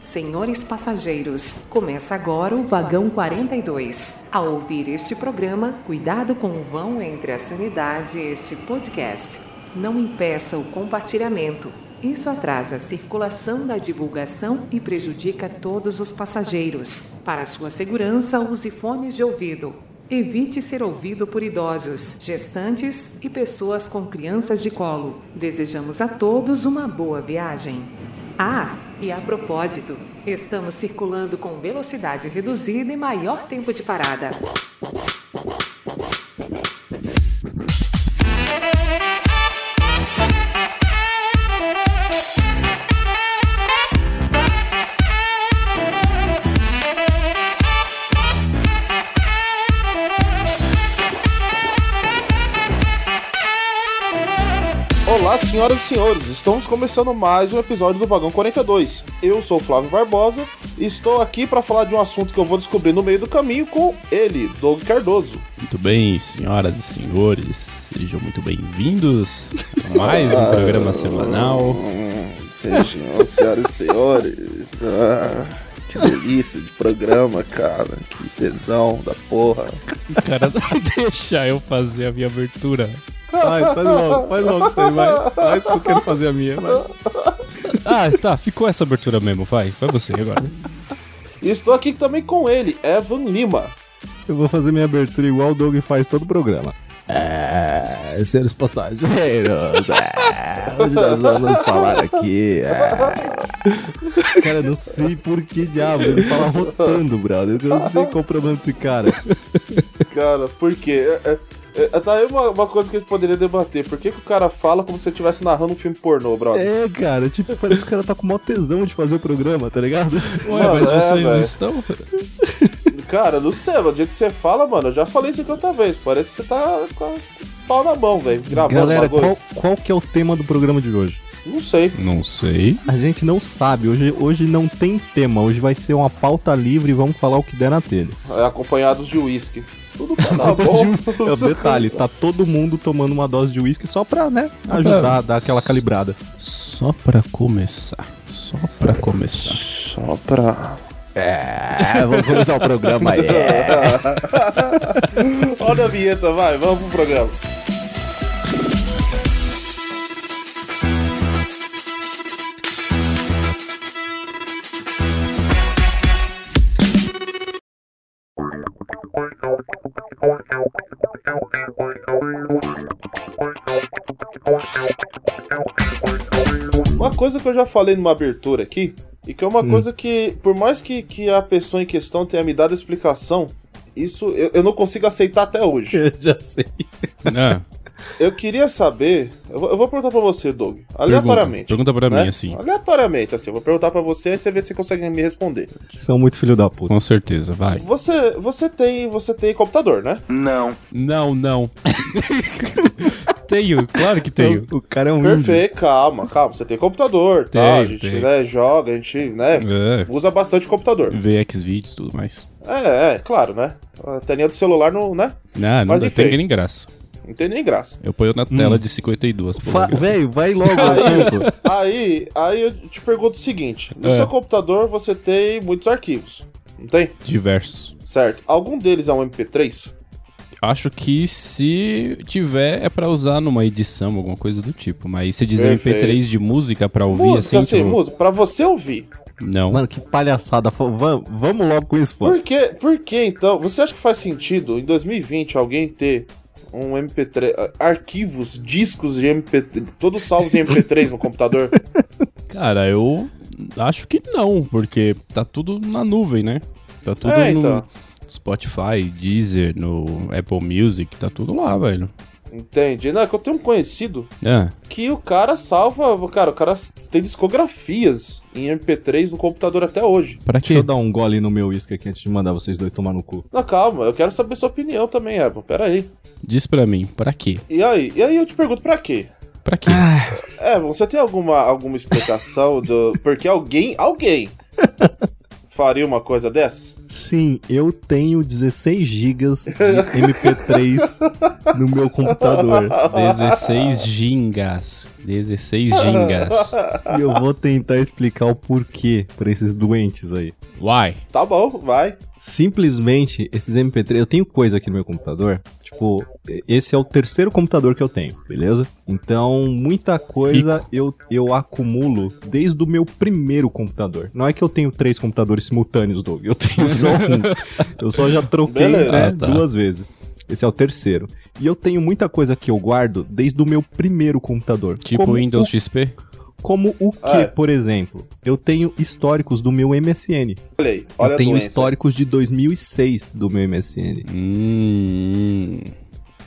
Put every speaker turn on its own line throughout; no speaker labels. Senhores passageiros, começa agora o vagão 42. Ao ouvir este programa, cuidado com o vão entre a sanidade e este podcast. Não impeça o compartilhamento. Isso atrasa a circulação da divulgação e prejudica todos os passageiros. Para sua segurança, use fones de ouvido. Evite ser ouvido por idosos, gestantes e pessoas com crianças de colo. Desejamos a todos uma boa viagem. Ah, e a propósito, estamos circulando com velocidade reduzida e maior tempo de parada.
Olá, senhoras e senhores, estamos começando mais um episódio do Vagão 42. Eu sou o Flávio Barbosa e estou aqui para falar de um assunto que eu vou descobrir no meio do caminho com ele, Doug Cardoso.
Muito bem, senhoras e senhores, sejam muito bem-vindos a mais
Ah.
um programa semanal.
Sejam, Hum, senhoras e senhores, ah, que delícia de programa, cara, que tesão da porra.
O cara não deixa eu fazer a minha abertura.
Faz, faz logo, faz logo isso aí, vai. Faz porque eu quero fazer a minha. vai.
Ah, tá, ficou essa abertura mesmo, vai, vai você agora.
E estou aqui também com ele, Evan Lima.
Eu vou fazer minha abertura igual o Doug faz todo o programa. É, senhores passageiros, é, hoje nós vamos falar aqui. é. Cara, eu não sei por que diabo ele fala rotando, brother. Eu não sei qual o problema desse cara.
Cara, por quê? É, é, é, tá aí uma, uma coisa que a gente poderia debater. Por que, que o cara fala como se ele estivesse narrando um filme pornô, brother?
É, cara, tipo, parece que o cara tá com maior tesão de fazer o programa, tá ligado?
Ué,
Mano,
mas
é,
vocês não
velho.
estão?
Cara, não sei, mano. O dia que você fala, mano, eu já falei isso aqui outra vez. Parece que você tá com o pau na mão, velho. Gravando o
Galera,
bagulho.
qual, qual que é o tema do programa de hoje?
Não sei.
Não sei.
A gente não sabe, hoje, hoje não tem tema, hoje vai ser uma pauta livre e vamos falar o que der na telha.
É, Acompanhados de uísque. Tudo pra dar
É o
bom.
detalhe, tá todo mundo tomando uma dose de uísque só pra, né, ajudar a dar aquela calibrada.
Só pra começar, só pra começar.
Só pra.
É, vamos começar o programa aí.
Olha a vinheta, vai, vamos pro programa. Uma coisa que eu já falei numa abertura aqui, e que é
Hum.
uma coisa que, por mais que, que a pessoa em questão tenha me dado explicação, isso eu, eu não consigo aceitar até hoje.
Eu já sei.
Ah,
Eu queria saber. Eu vou, eu vou perguntar pra você, Doug.
pergunta,
Aleatoriamente.
pergunta pra
né?
mim, assim,
Aleatoriamente, assim. Eu vou perguntar pra você e você vê se você consegue me responder.
São muito filho da puta.
com certeza, vai.
Você, você, tem, você tem computador, né?
Não, não. tenho, claro que tenho.
O cara é
Uhum.
um índio.
Perfeito, calma, calma. Você tem computador, tá?
Tenho,
a gente
tenho.
né, joga, a gente, né?
É, Uhum.
Usa bastante computador.
VX vídeos e tudo mais.
É, é, claro, né? A telinha do celular não, né?
Ah, Não, não
Mas Hum.
dá-
enfim.
tem nem graça.
Não tem nem graça.
Eu ponho na tela de 52.
Fa-
polegadas.
Véio, vai logo, tempo.
Aí, aí eu te pergunto o seguinte: no
É.
seu computador você tem muitos arquivos, não tem?
Diversos.
Certo. Algum deles é um MP3?
Acho que se tiver é pra usar numa edição, alguma coisa do tipo. Mas se dizer
Perfeito.
MP3 de música pra ouvir,
música,
assim, tipo,
música, pra você ouvir.
não.
Mano, que palhaçada. Fa- vam- Vamos logo com isso, pô.
Por que, por que então? Você acha que faz sentido em 2020 alguém ter um MP3, ah, arquivos, discos de MP3, todos salvos em MP3 no computador?
Cara, eu acho que não, porque tá tudo na nuvem, né? Tá tudo
É,
no
então.
Spotify, Deezer, no Apple Music, tá tudo lá, velho.
Entende? Não, é que eu tenho um conhecido
É,
que o cara salva, cara, o cara tem discografias em MP3 no computador até hoje.
pra
Deixa eu
quê?
dar um gole no meu uísque aqui antes de mandar vocês dois tomar no cu.
Não, calma, eu quero saber sua opinião também, Evan. Pera aí.
Diz pra mim, pra quê?
E aí? E aí eu te pergunto pra quê?
Pra quê?
É, você tem alguma, alguma explicação do. Porque alguém. Alguém faria uma coisa dessas?
Sim, eu tenho 16 gigas de MP3 no meu computador.
16 gingas. 16 gingas.
E eu vou tentar explicar o porquê pra esses doentes aí.
Why?
Tá bom, vai.
Simplesmente, esses MP3, eu tenho coisa aqui no meu computador. Tipo, esse é o terceiro computador que eu tenho, beleza? Então, muita coisa eu, eu acumulo desde o meu primeiro computador. Não é que eu tenho três computadores simultâneos, Doug. Eu tenho só um. eu só já troquei
Beleza.
né,
Ah, tá.
duas vezes. Esse é o terceiro. E eu tenho muita coisa que eu guardo desde o meu primeiro computador.
Tipo
Como
Windows XP?
o- como o que,
Ah, é.
por exemplo? Eu tenho históricos do meu MSN.
Olha aí, olha
eu
a
tenho
doença.
históricos de 2006 do meu MSN.
Hum.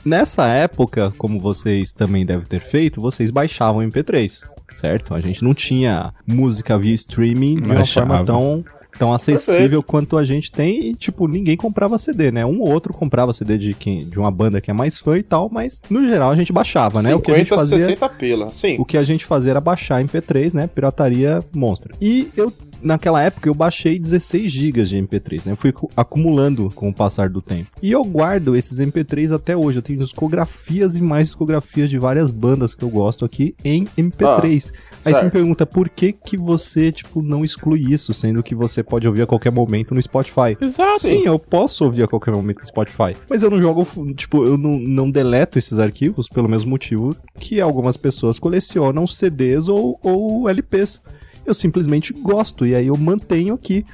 Nessa época, como vocês também devem ter feito, vocês baixavam MP3, certo? A gente não tinha música via streaming de uma
Baixava.
forma tão, tão acessível quanto a gente tem e, tipo, ninguém comprava CD, né? Um ou outro comprava CD de, quem, de uma banda que é mais fã e tal, mas no geral a gente baixava, né? o que a gente
50,
fazia
60 pila, sim.
o que a gente fazia era baixar MP3, né? Pirataria monstra. E eu, naquela época, eu baixei 16 GB de MP3, né? Eu fui cu- acumulando com o passar do tempo. E eu guardo esses MP3 até hoje. Eu tenho discografias e mais discografias de várias bandas que eu gosto aqui em MP3. Aí você me
Ah, certo.
pergunta, por que que você, tipo, não exclui isso, sendo que você pode ouvir a qualquer momento no Spotify?
Exato.
Sim, eu posso ouvir a qualquer momento no Spotify. Mas eu não jogo, tipo, eu não, não deleto esses arquivos pelo mesmo motivo que algumas pessoas colecionam CDs ou, ou LPs. Eu simplesmente gosto e aí eu mantenho aqui.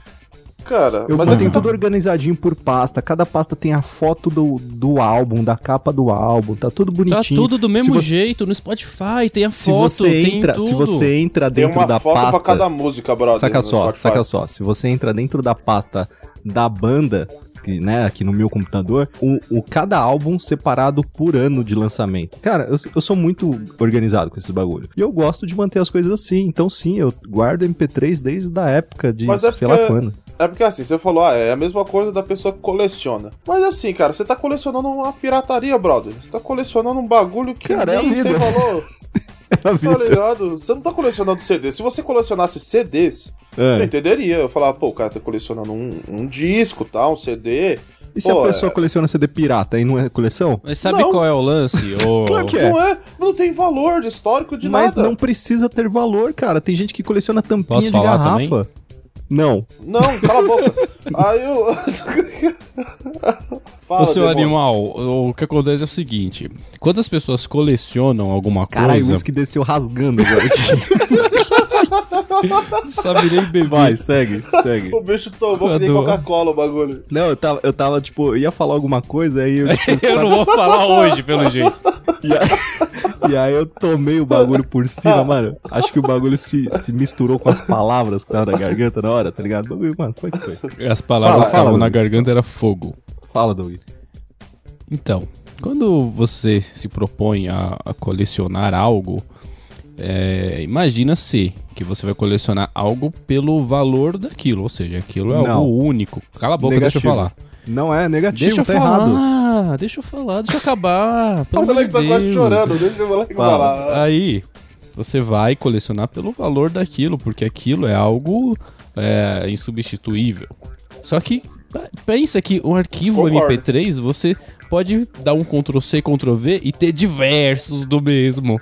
Cara,
Eu
mas é que
mantenho
tá-
tudo organizadinho por pasta. Cada pasta tem a foto do, do álbum, da capa do álbum. Tá tudo
Tá
bonitinho.
tudo do mesmo
você-
jeito, no Spotify, tem a
se
foto,
você
tem
entra,
tudo.
se você entra
tem
dentro
uma
da
foto
pasta,
pra cada música, brother.
Saca
no
só,
Spotify.
saca só. Se você entra dentro da pasta da banda, que, né, aqui no meu computador, o, o cada álbum separado por ano de lançamento. Cara, eu, eu sou muito organizado com esses bagulho. E eu gosto de manter as coisas assim. Então, sim, eu guardo MP3 desde a época de
Mas é
sei
porque-
lá quando.
É porque assim, você falou, ah, é a mesma coisa da pessoa que coleciona. Mas assim, cara, você tá colecionando uma pirataria, brother. Você tá colecionando um bagulho que
Cara, é a
nem
vida.
tem valor,
A
tá
vida.
ligado? Você não tá colecionando CDs. Se você colecionasse CDs, eu
É.
entenderia. Eu falava, pô, o cara tá colecionando um, um disco, tá, um CD.
E se
Pô, é.
a pessoa coleciona CD pirata e não é coleção?
Mas sabe
Não.
qual é o lance? ô-
Claro que é.
Não é, não tem valor de histórico de
Mas
nada.
não precisa ter valor, cara. Tem gente que coleciona tampinha
Posso
de
falar
garrafa. Não.
Não, cala a boca. Aí eu. Fala,
é
Ô, seu
demônio.
animal, o- o que acontece é o seguinte: quando as pessoas colecionam alguma
Caralho, o
coisa,
uísque desceu rasgando, velho.
sabe nem beber.
Vai, segue, segue.
O bicho tomou que nem
Quando-
Coca-Cola o bagulho.
Não, eu tava, eu tava, tipo, eu ia falar alguma coisa, aí eu, tipo,
Eu não
sabe,
vou falar hoje, pelo jeito.
e, aí, e aí eu tomei o bagulho por cima, mano. Acho que o bagulho se, se misturou com as palavras que tava na garganta na hora, tá ligado? Bagulho, Mano, foi que foi.
As palavras
Fala,
que estavam
fala,
na
Dudu.
garganta era fogo.
Fala, Doug.
Então, quando você se propõe a, a colecionar algo, é, imagina-se que você vai colecionar algo pelo valor daquilo, ou seja, aquilo é
Não.
algo único. Cala a boca, deixa eu
Negativo.
falar.
Não é negativo,
Deixa eu
tá
falar, Ah,
errado.
deixa eu falar, deixa eu acabar.
O
Pelo amor
moleque
de
tá quase
Deus.
chorando, deixa o moleque
Fala.
falar.
Aí você vai colecionar pelo valor daquilo, porque aquilo é algo é, insubstituível. Só que pa- pensa que um arquivo
Concordo.
MP3 você pode dar um Ctrl C, Ctrl V e ter diversos do mesmo.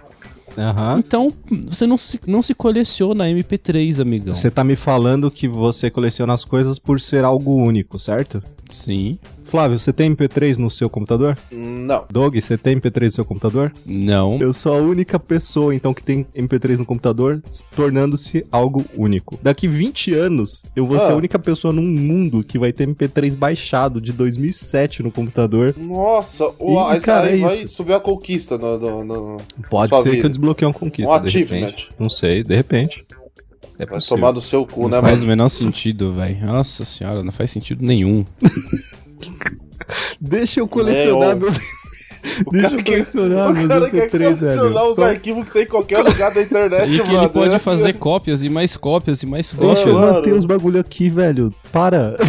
Aham.
Então você não se, não se coleciona MP3, amigão.
Você tá me falando que você coleciona as coisas por ser algo único, certo?
Sim.
Flávio, você tem MP3 no seu computador?
Não.
Doug, você tem MP3 no seu computador?
Não.
Eu sou a única pessoa, então, que tem MP3 no computador, se tornando-se algo único. Daqui 20 anos, eu vou ser
Ah.
a única pessoa no mundo que vai ter MP3 baixado de 2007 no computador.
Nossa, o,
Ih,
aí,
cara,
aí
é
vai
isso.
subir a conquista no. no, no-
Pode
Sua
ser
vida.
que eu desbloqueie uma conquista,
Um
de
achievement.
repente. Não sei, de repente. É
vai
possível.
tomar no seu cu, né,
Não faz
mano?
o menor sentido, velho. Nossa senhora, não faz sentido nenhum.
Deixa eu colecionar
É, ó.
meus...
O
Deixa
cara
eu
que-
Ah,
colecionar meus
O cara quer
MP3,
colecionar
velho. Então,
os arquivos que tem em qualquer lugar da internet,
E que
mano.
ele pode fazer cópias e mais cópias e mais cópias.
Deixa eu
Mano.
manter os bagulho aqui, velho. Para.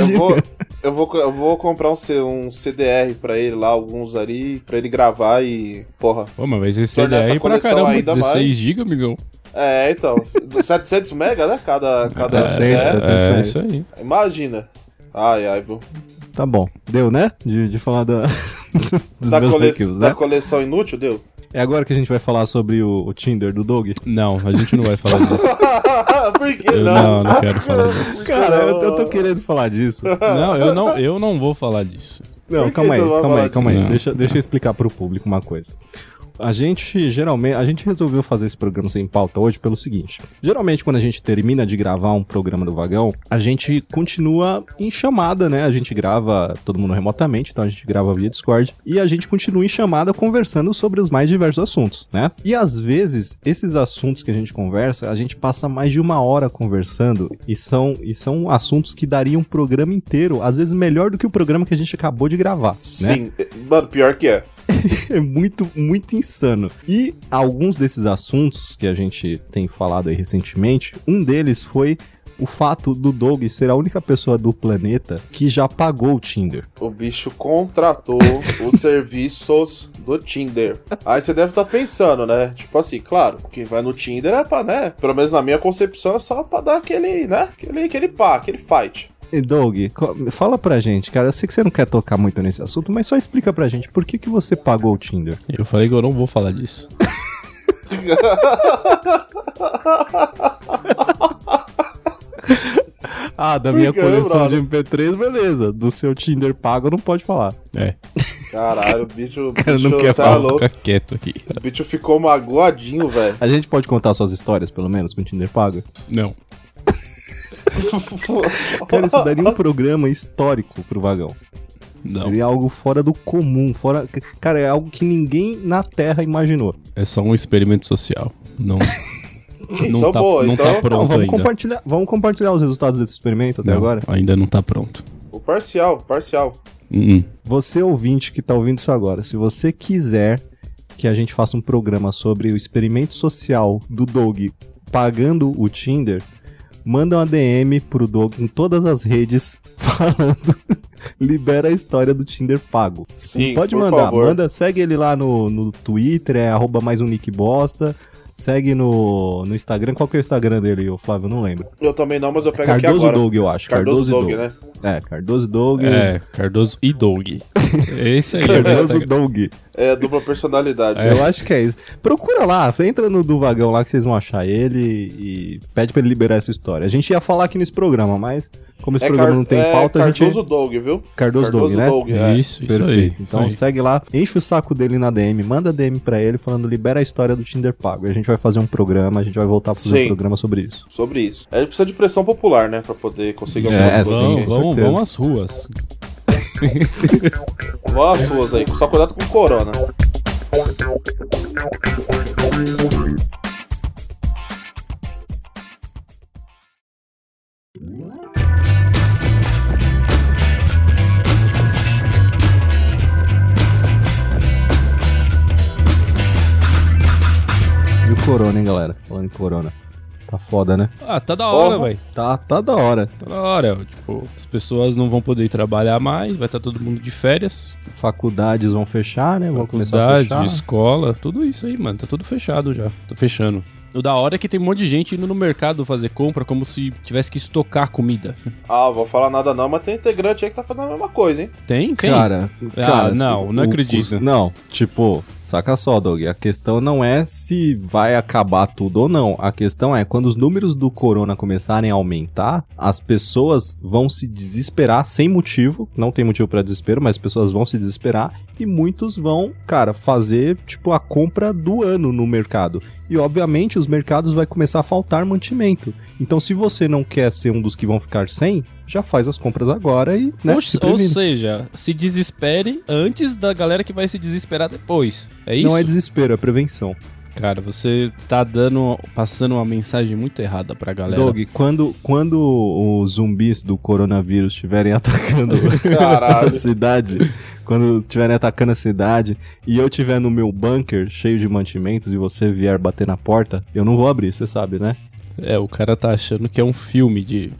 Eu vou, eu vou, eu vou comprar um, C- um CDR pra ele lá, alguns ali, pra ele gravar e. Porra.
Pô, mas vai ser
Tornar essa
CDR pra
coleção
caramba,
ainda mais.
16 GB, amigão.
É, então. 700 mega, né? Cada. cada
700,
é.
700
é,
mega.
isso aí.
Imagina. Ai, ai, bom.
Tá bom. Deu, né? De, de falar da, dos
Da,
meus
cole-
arquivos,
da
né?
coleção inútil, deu?
É agora que a gente vai falar sobre o, o Tinder do Doug.
Não, a gente não vai falar disso.
Por que
Eu não, não quero falar disso.
Cara, eu, eu tô
né?
querendo falar disso.
Não, eu não, eu não vou falar disso.
Não,
que
calma aí,
você vai
calma
falar
aí, calma aí.
disso?
Deixa, deixa eu explicar pro público uma coisa. A gente geralmente, a gente resolveu fazer esse programa sem pauta hoje pelo seguinte. Geralmente quando a gente termina de gravar um programa do Vagão, a gente continua em chamada, né? A gente grava todo mundo remotamente, então a gente grava via Discord e a gente continua em chamada conversando sobre os mais diversos assuntos, né? E às vezes esses assuntos que a gente conversa, a gente passa mais de uma hora conversando e são e são assuntos que dariam um programa inteiro, às vezes melhor do que o programa que a gente acabou de gravar, né?
Sim, é- mano, pior que é.
É muito, muito insano. E alguns desses assuntos que a gente tem falado aí recentemente, um deles foi o fato do Doug ser a única pessoa do planeta que já pagou o Tinder.
O bicho contratou os serviços do Tinder. Aí você deve estar pensando, né? Tipo assim, claro, quem vai no Tinder é pra, né? Pelo menos na minha concepção é só pra dar aquele, né? Aquele, aquele pá, aquele fight.
E Doug, co- fala pra gente, cara, eu sei que você não quer tocar muito nesse assunto, mas só explica pra gente por que, que você pagou o Tinder.
Eu falei que eu não vou falar disso.
Ah, da
minha coleção de
MP3, beleza. Do seu Tinder pago não pode falar.
É,
Caralho, o bicho. O
cara não
bicho,
quer
cê
falar,
é louco.
fica quieto aqui.
O bicho ficou magoadinho, velho.
A gente pode contar suas histórias, pelo menos, com o Tinder pago?
Não.
Cara, isso daria um programa histórico pro vagão.
Não,
Seria algo fora do comum, fora. Cara, é algo que ninguém na Terra imaginou.
é só um experimento social. Não, não,
Então,
tá,
boa,
não
então.
tá
Não,
pronto
vamos
ainda.
compartilhar, vamos compartilhar os resultados desse experimento até
Não,
agora.
ainda não tá pronto.
O parcial, parcial.
Hum,
Você ouvinte que tá ouvindo isso agora, se você quiser que a gente faça um programa sobre o experimento social do Doug pagando o Tinder, manda uma DM pro Doug em todas as redes falando libera a história do Tinder pago.
Sim,
Então Pode
por
mandar,
favor.
manda, segue ele lá no, no Twitter, é arroba mais um Nick Bosta. Segue no, no Instagram. Qual que é o Instagram dele, o Flávio? Não lembro.
Eu também não, mas eu pego aqui
Cardoso
agora.
Doug, eu acho.
Cardoso, Dog, né?
É, Cardoso Doug.
É, Cardoso e Doug. Esse aí é o meu
Cardoso
Instagram.
Doug.
É dupla personalidade.
Eu acho que é isso. Procura lá, você entra no do vagão lá que vocês vão achar ele e pede pra ele liberar essa história. A gente ia falar aqui nesse programa, mas como esse
É
programa
Car-
não tem
é
pauta, a
Cardoso
gente.
Dog, viu?
Cardoso, Doug, né?
Dog, é.
Isso, isso aí.
Perfeito. então
isso aí.
segue lá, enche o saco dele na DM, manda DM pra ele falando libera a história do Tinder pago. E A gente vai fazer um programa, a gente vai voltar pra fazer
Sim.
um programa sobre isso.
Sobre isso. É, Ele precisa de pressão popular, né? Pra poder conseguir
É,
algumas
sim,
coisas.
vamos,
com
vamos,
certeza.
vamos às ruas.
Vó as ruas aí, só cuidado com o corona.
E o Corona, hein, galera? Falando em Corona. Tá foda, né?
Ah, tá da hora,
Porra.
velho.
Tá, tá da hora.
Tá da hora. Tipo, as pessoas não vão poder trabalhar mais, vai estar todo mundo de férias.
Faculdades vão fechar, né? Vão começar a
Faculdade,
fechar.
escola, tudo isso aí, mano. Tá tudo fechado já. Tô fechando. O da hora é que tem um monte de gente indo no mercado fazer compra como se tivesse que estocar comida.
Ah, vou falar nada não, mas tem integrante aí que tá fazendo a mesma coisa, hein?
Tem? Tem?
Cara,
Ah,
cara,
não, não acredito.
custo- não, tipo, saca só, Doug. A questão não é se vai acabar tudo ou não. A questão é quando os números do corona começarem a aumentar, as pessoas vão se desesperar sem motivo. Não tem motivo pra desespero, mas as pessoas vão se desesperar e muitos vão, cara, fazer tipo a compra do ano no mercado. E obviamente os mercados vai começar a faltar mantimento. Então, se você não quer ser um dos que vão ficar sem, já faz as compras agora e né,
ou,
se
ou
previne.
seja, se desespere antes da galera que vai se desesperar depois. É isso?
Não é desespero, é prevenção.
Cara, você tá dando, passando uma mensagem muito errada pra galera.
Dog, quando, quando os zumbis do coronavírus estiverem atacando a
Caralho.
cidade, quando estiverem atacando a cidade e eu estiver no meu bunker cheio de mantimentos e você vier bater na porta, eu não vou abrir, você sabe, né?
É, o cara tá achando que é um filme de,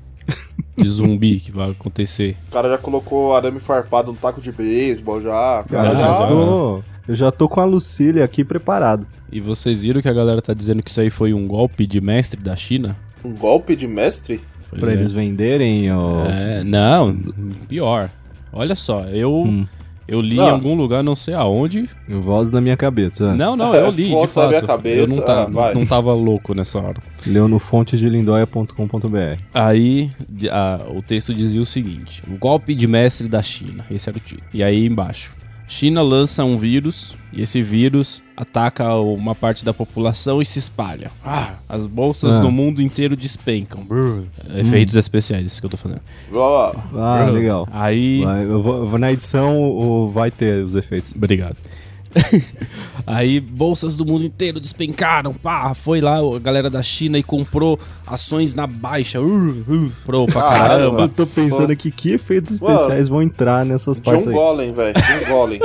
de zumbi que vai acontecer.
O cara já colocou arame farpado no taco de beisebol já. O Cara,
Caralho,
já...
eu, É, já tô, eu já tô com a Lucília aqui preparado.
E vocês viram que a galera tá dizendo que isso aí foi um golpe de mestre da China?
Um golpe de mestre?
Pois
Pra
é.
eles venderem ou...
É, não, pior. Olha só, eu
Hum.
eu li
Não. Ah.
em algum lugar, não sei aonde.
Voz na minha cabeça. né?
Não, não, eu li, de
Foto na
fato.
É, minha cabeça,
eu não, tá-
ah, vai.
não tava louco nessa hora.
Leu no fontesdelindóia.com.br.
Aí de- ah, o texto dizia o seguinte: O golpe de mestre da China. Esse era o título. E aí embaixo: China lança um vírus e esse vírus ataca uma parte da população e se espalha. Ah, as bolsas
Ah. Hum.
do mundo inteiro despencam. Brrr. Efeitos especiais, isso que eu tô fazendo.
Blá, blá.
Ah,
Brrr.
legal.
Aí.
Vai, eu vou- eu vou- na edição o- vai ter os efeitos.
Obrigado. Aí bolsas do mundo inteiro despencaram, pá, foi lá a galera da China e comprou ações na baixa, uh, uh, pro pra
Caramba.
caramba.
eu tô pensando aqui que efeitos especiais vão entrar nessas
John
partes aí.
Golem, velho. John Golem.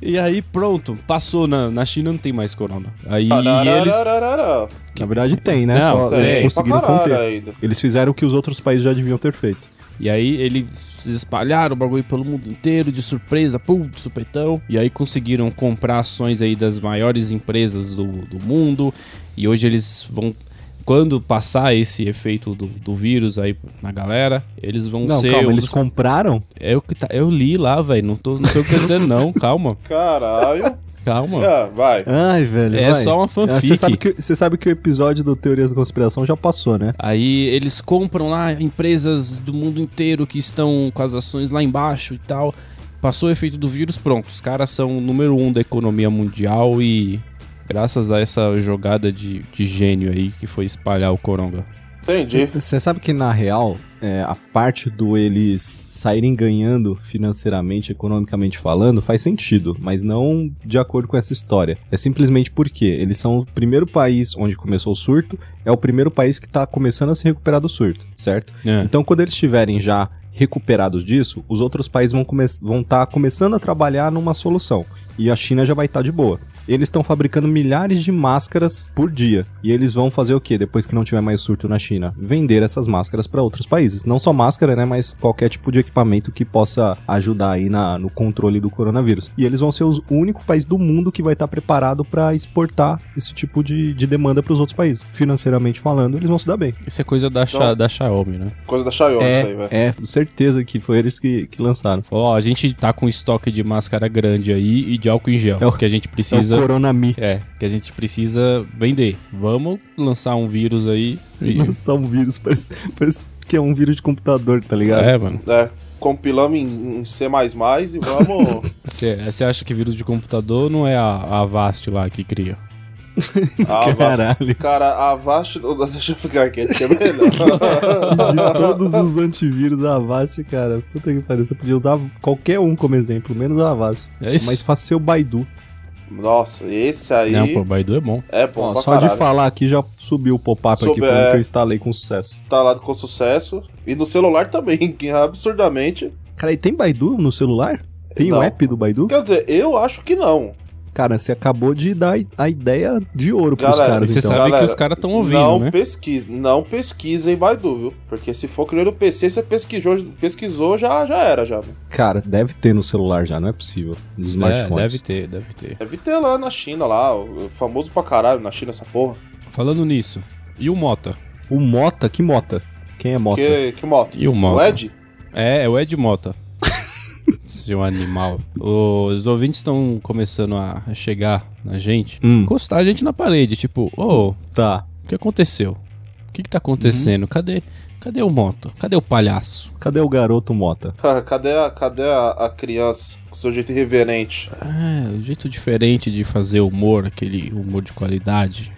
E aí pronto, passou na, na China não tem mais corona. Aí eles
Tarararararara.
Na verdade tem, né?
Não,
Só
tem.
eles
Tem
conseguiram
pra caralho
conter.
ainda.
Eles fizeram o que os outros países já deviam ter feito.
e aí eles se espalharam o bagulho pelo mundo inteiro de surpresa, pum, de supetão. E aí conseguiram comprar ações aí das maiores empresas do, do mundo. E hoje eles vão quando passar esse efeito do, do vírus aí na galera, eles vão
Não,
ser
calma,
um
eles
dos-
compraram?
Eu, que tá- eu li lá, velho. Não, tô- não sei o que dizer, não. Calma,
Caralho.
calma.
Ah, vai.
Ai, velho.
É
vai.
só uma
Ah,
fanfic.
Você sabe, que, você sabe que o episódio do Teorias da Conspiração já passou, né?
Aí eles compram lá empresas do mundo inteiro que estão com as ações lá embaixo e tal. Passou o efeito do vírus, pronto. Os caras são o número um da economia mundial e graças a essa jogada de, de gênio aí que foi espalhar o coronga.
Entendi.
Você sabe que na real, é, a parte do eles saírem ganhando financeiramente, economicamente falando, faz sentido, mas não de acordo com essa história. É simplesmente porque eles são o primeiro país onde começou o surto, é o primeiro país que tá começando a se recuperar do surto, certo?
É.
Então quando eles estiverem já recuperados disso, os outros países vão estar vão tá começando a trabalhar numa solução. E a China já vai estar de boa. Eles estão fabricando milhares de máscaras por dia. E eles vão fazer o quê depois que não tiver mais surto na China? Vender essas máscaras para outros países. Não só máscara, né? Mas qualquer tipo de equipamento que possa ajudar aí na, no controle do coronavírus. E eles vão ser os- o único país do mundo que vai estar preparado para exportar esse tipo de, de demanda para os outros países. Financeiramente falando, eles vão se dar bem.
Isso é coisa da, Xia-
Então-
da Xiaomi, né?
Coisa da Xiaomi isso aí, velho.
É, é, certeza que foi eles que, que lançaram. É
Falou, ó, a gente tá com estoque de máscara grande aí e de álcool em gel,
É o-
que a gente
É o
precisa...
Coronami.
É, que a gente precisa vender. Vamos lançar um vírus aí e...
Lançar um vírus, parece, parece que é um vírus de computador, tá ligado?
É, mano.
É. Compilamos em, em C++ e vamos...
Você acha que vírus de computador não é a, a Vast lá que cria?
Ah, vai-
Caralho.
Cara, a Vast... Deixa eu ficar quieto, que é melhor.
De todos os antivírus, a Avast, cara, puta que pariu, você podia usar qualquer um como exemplo, menos a Avast.
É isso?
Mas faça seu Baidu.
Nossa, esse aí
Não, pô, Baidu é bom.
é bom
Ó,
pra
só de
caralho.
falar aqui já subiu o pop-up aqui
Soube,
pra mim
é.
que eu instalei com sucesso.
Instalado Tá com sucesso. E no celular também, que é absurdamente.
Cara, e tem Baidu no celular? Tem o
Não.
app do Baidu?
Quer dizer, eu acho que não.
Cara, você acabou de dar a ideia de ouro pros
Galera,
caras,
e você
então.
sabe
Galera,
que os caras estão ouvindo,
não
né?
pesquise, não pesquisem Baidu, viu? Porque se for criando PC, você pesquisou, pesquisou já, já era, já. velho.
Cara, deve ter no celular já, não é possível. Nos
É,
smartphones.
deve ter, deve ter.
Deve ter lá na China, lá, o- o famoso pra caralho na China essa porra.
Falando nisso, e o Mota?
O Mota, que Mota? Quem é Mota?
Que, que moto?
E o Mota?
O Ed?
É, é o Ed Mota. Seu animal. Os ouvintes estão começando a chegar na gente,
Hum.
encostar a gente na parede, tipo, ô,
Tá.
o que aconteceu? O que que tá acontecendo? Cadê, cadê o Mota? Cadê o palhaço?
Cadê o garoto Mota?
Cadê, a, cadê a, a criança com seu jeito irreverente?
É, um jeito diferente de fazer humor, aquele humor de qualidade.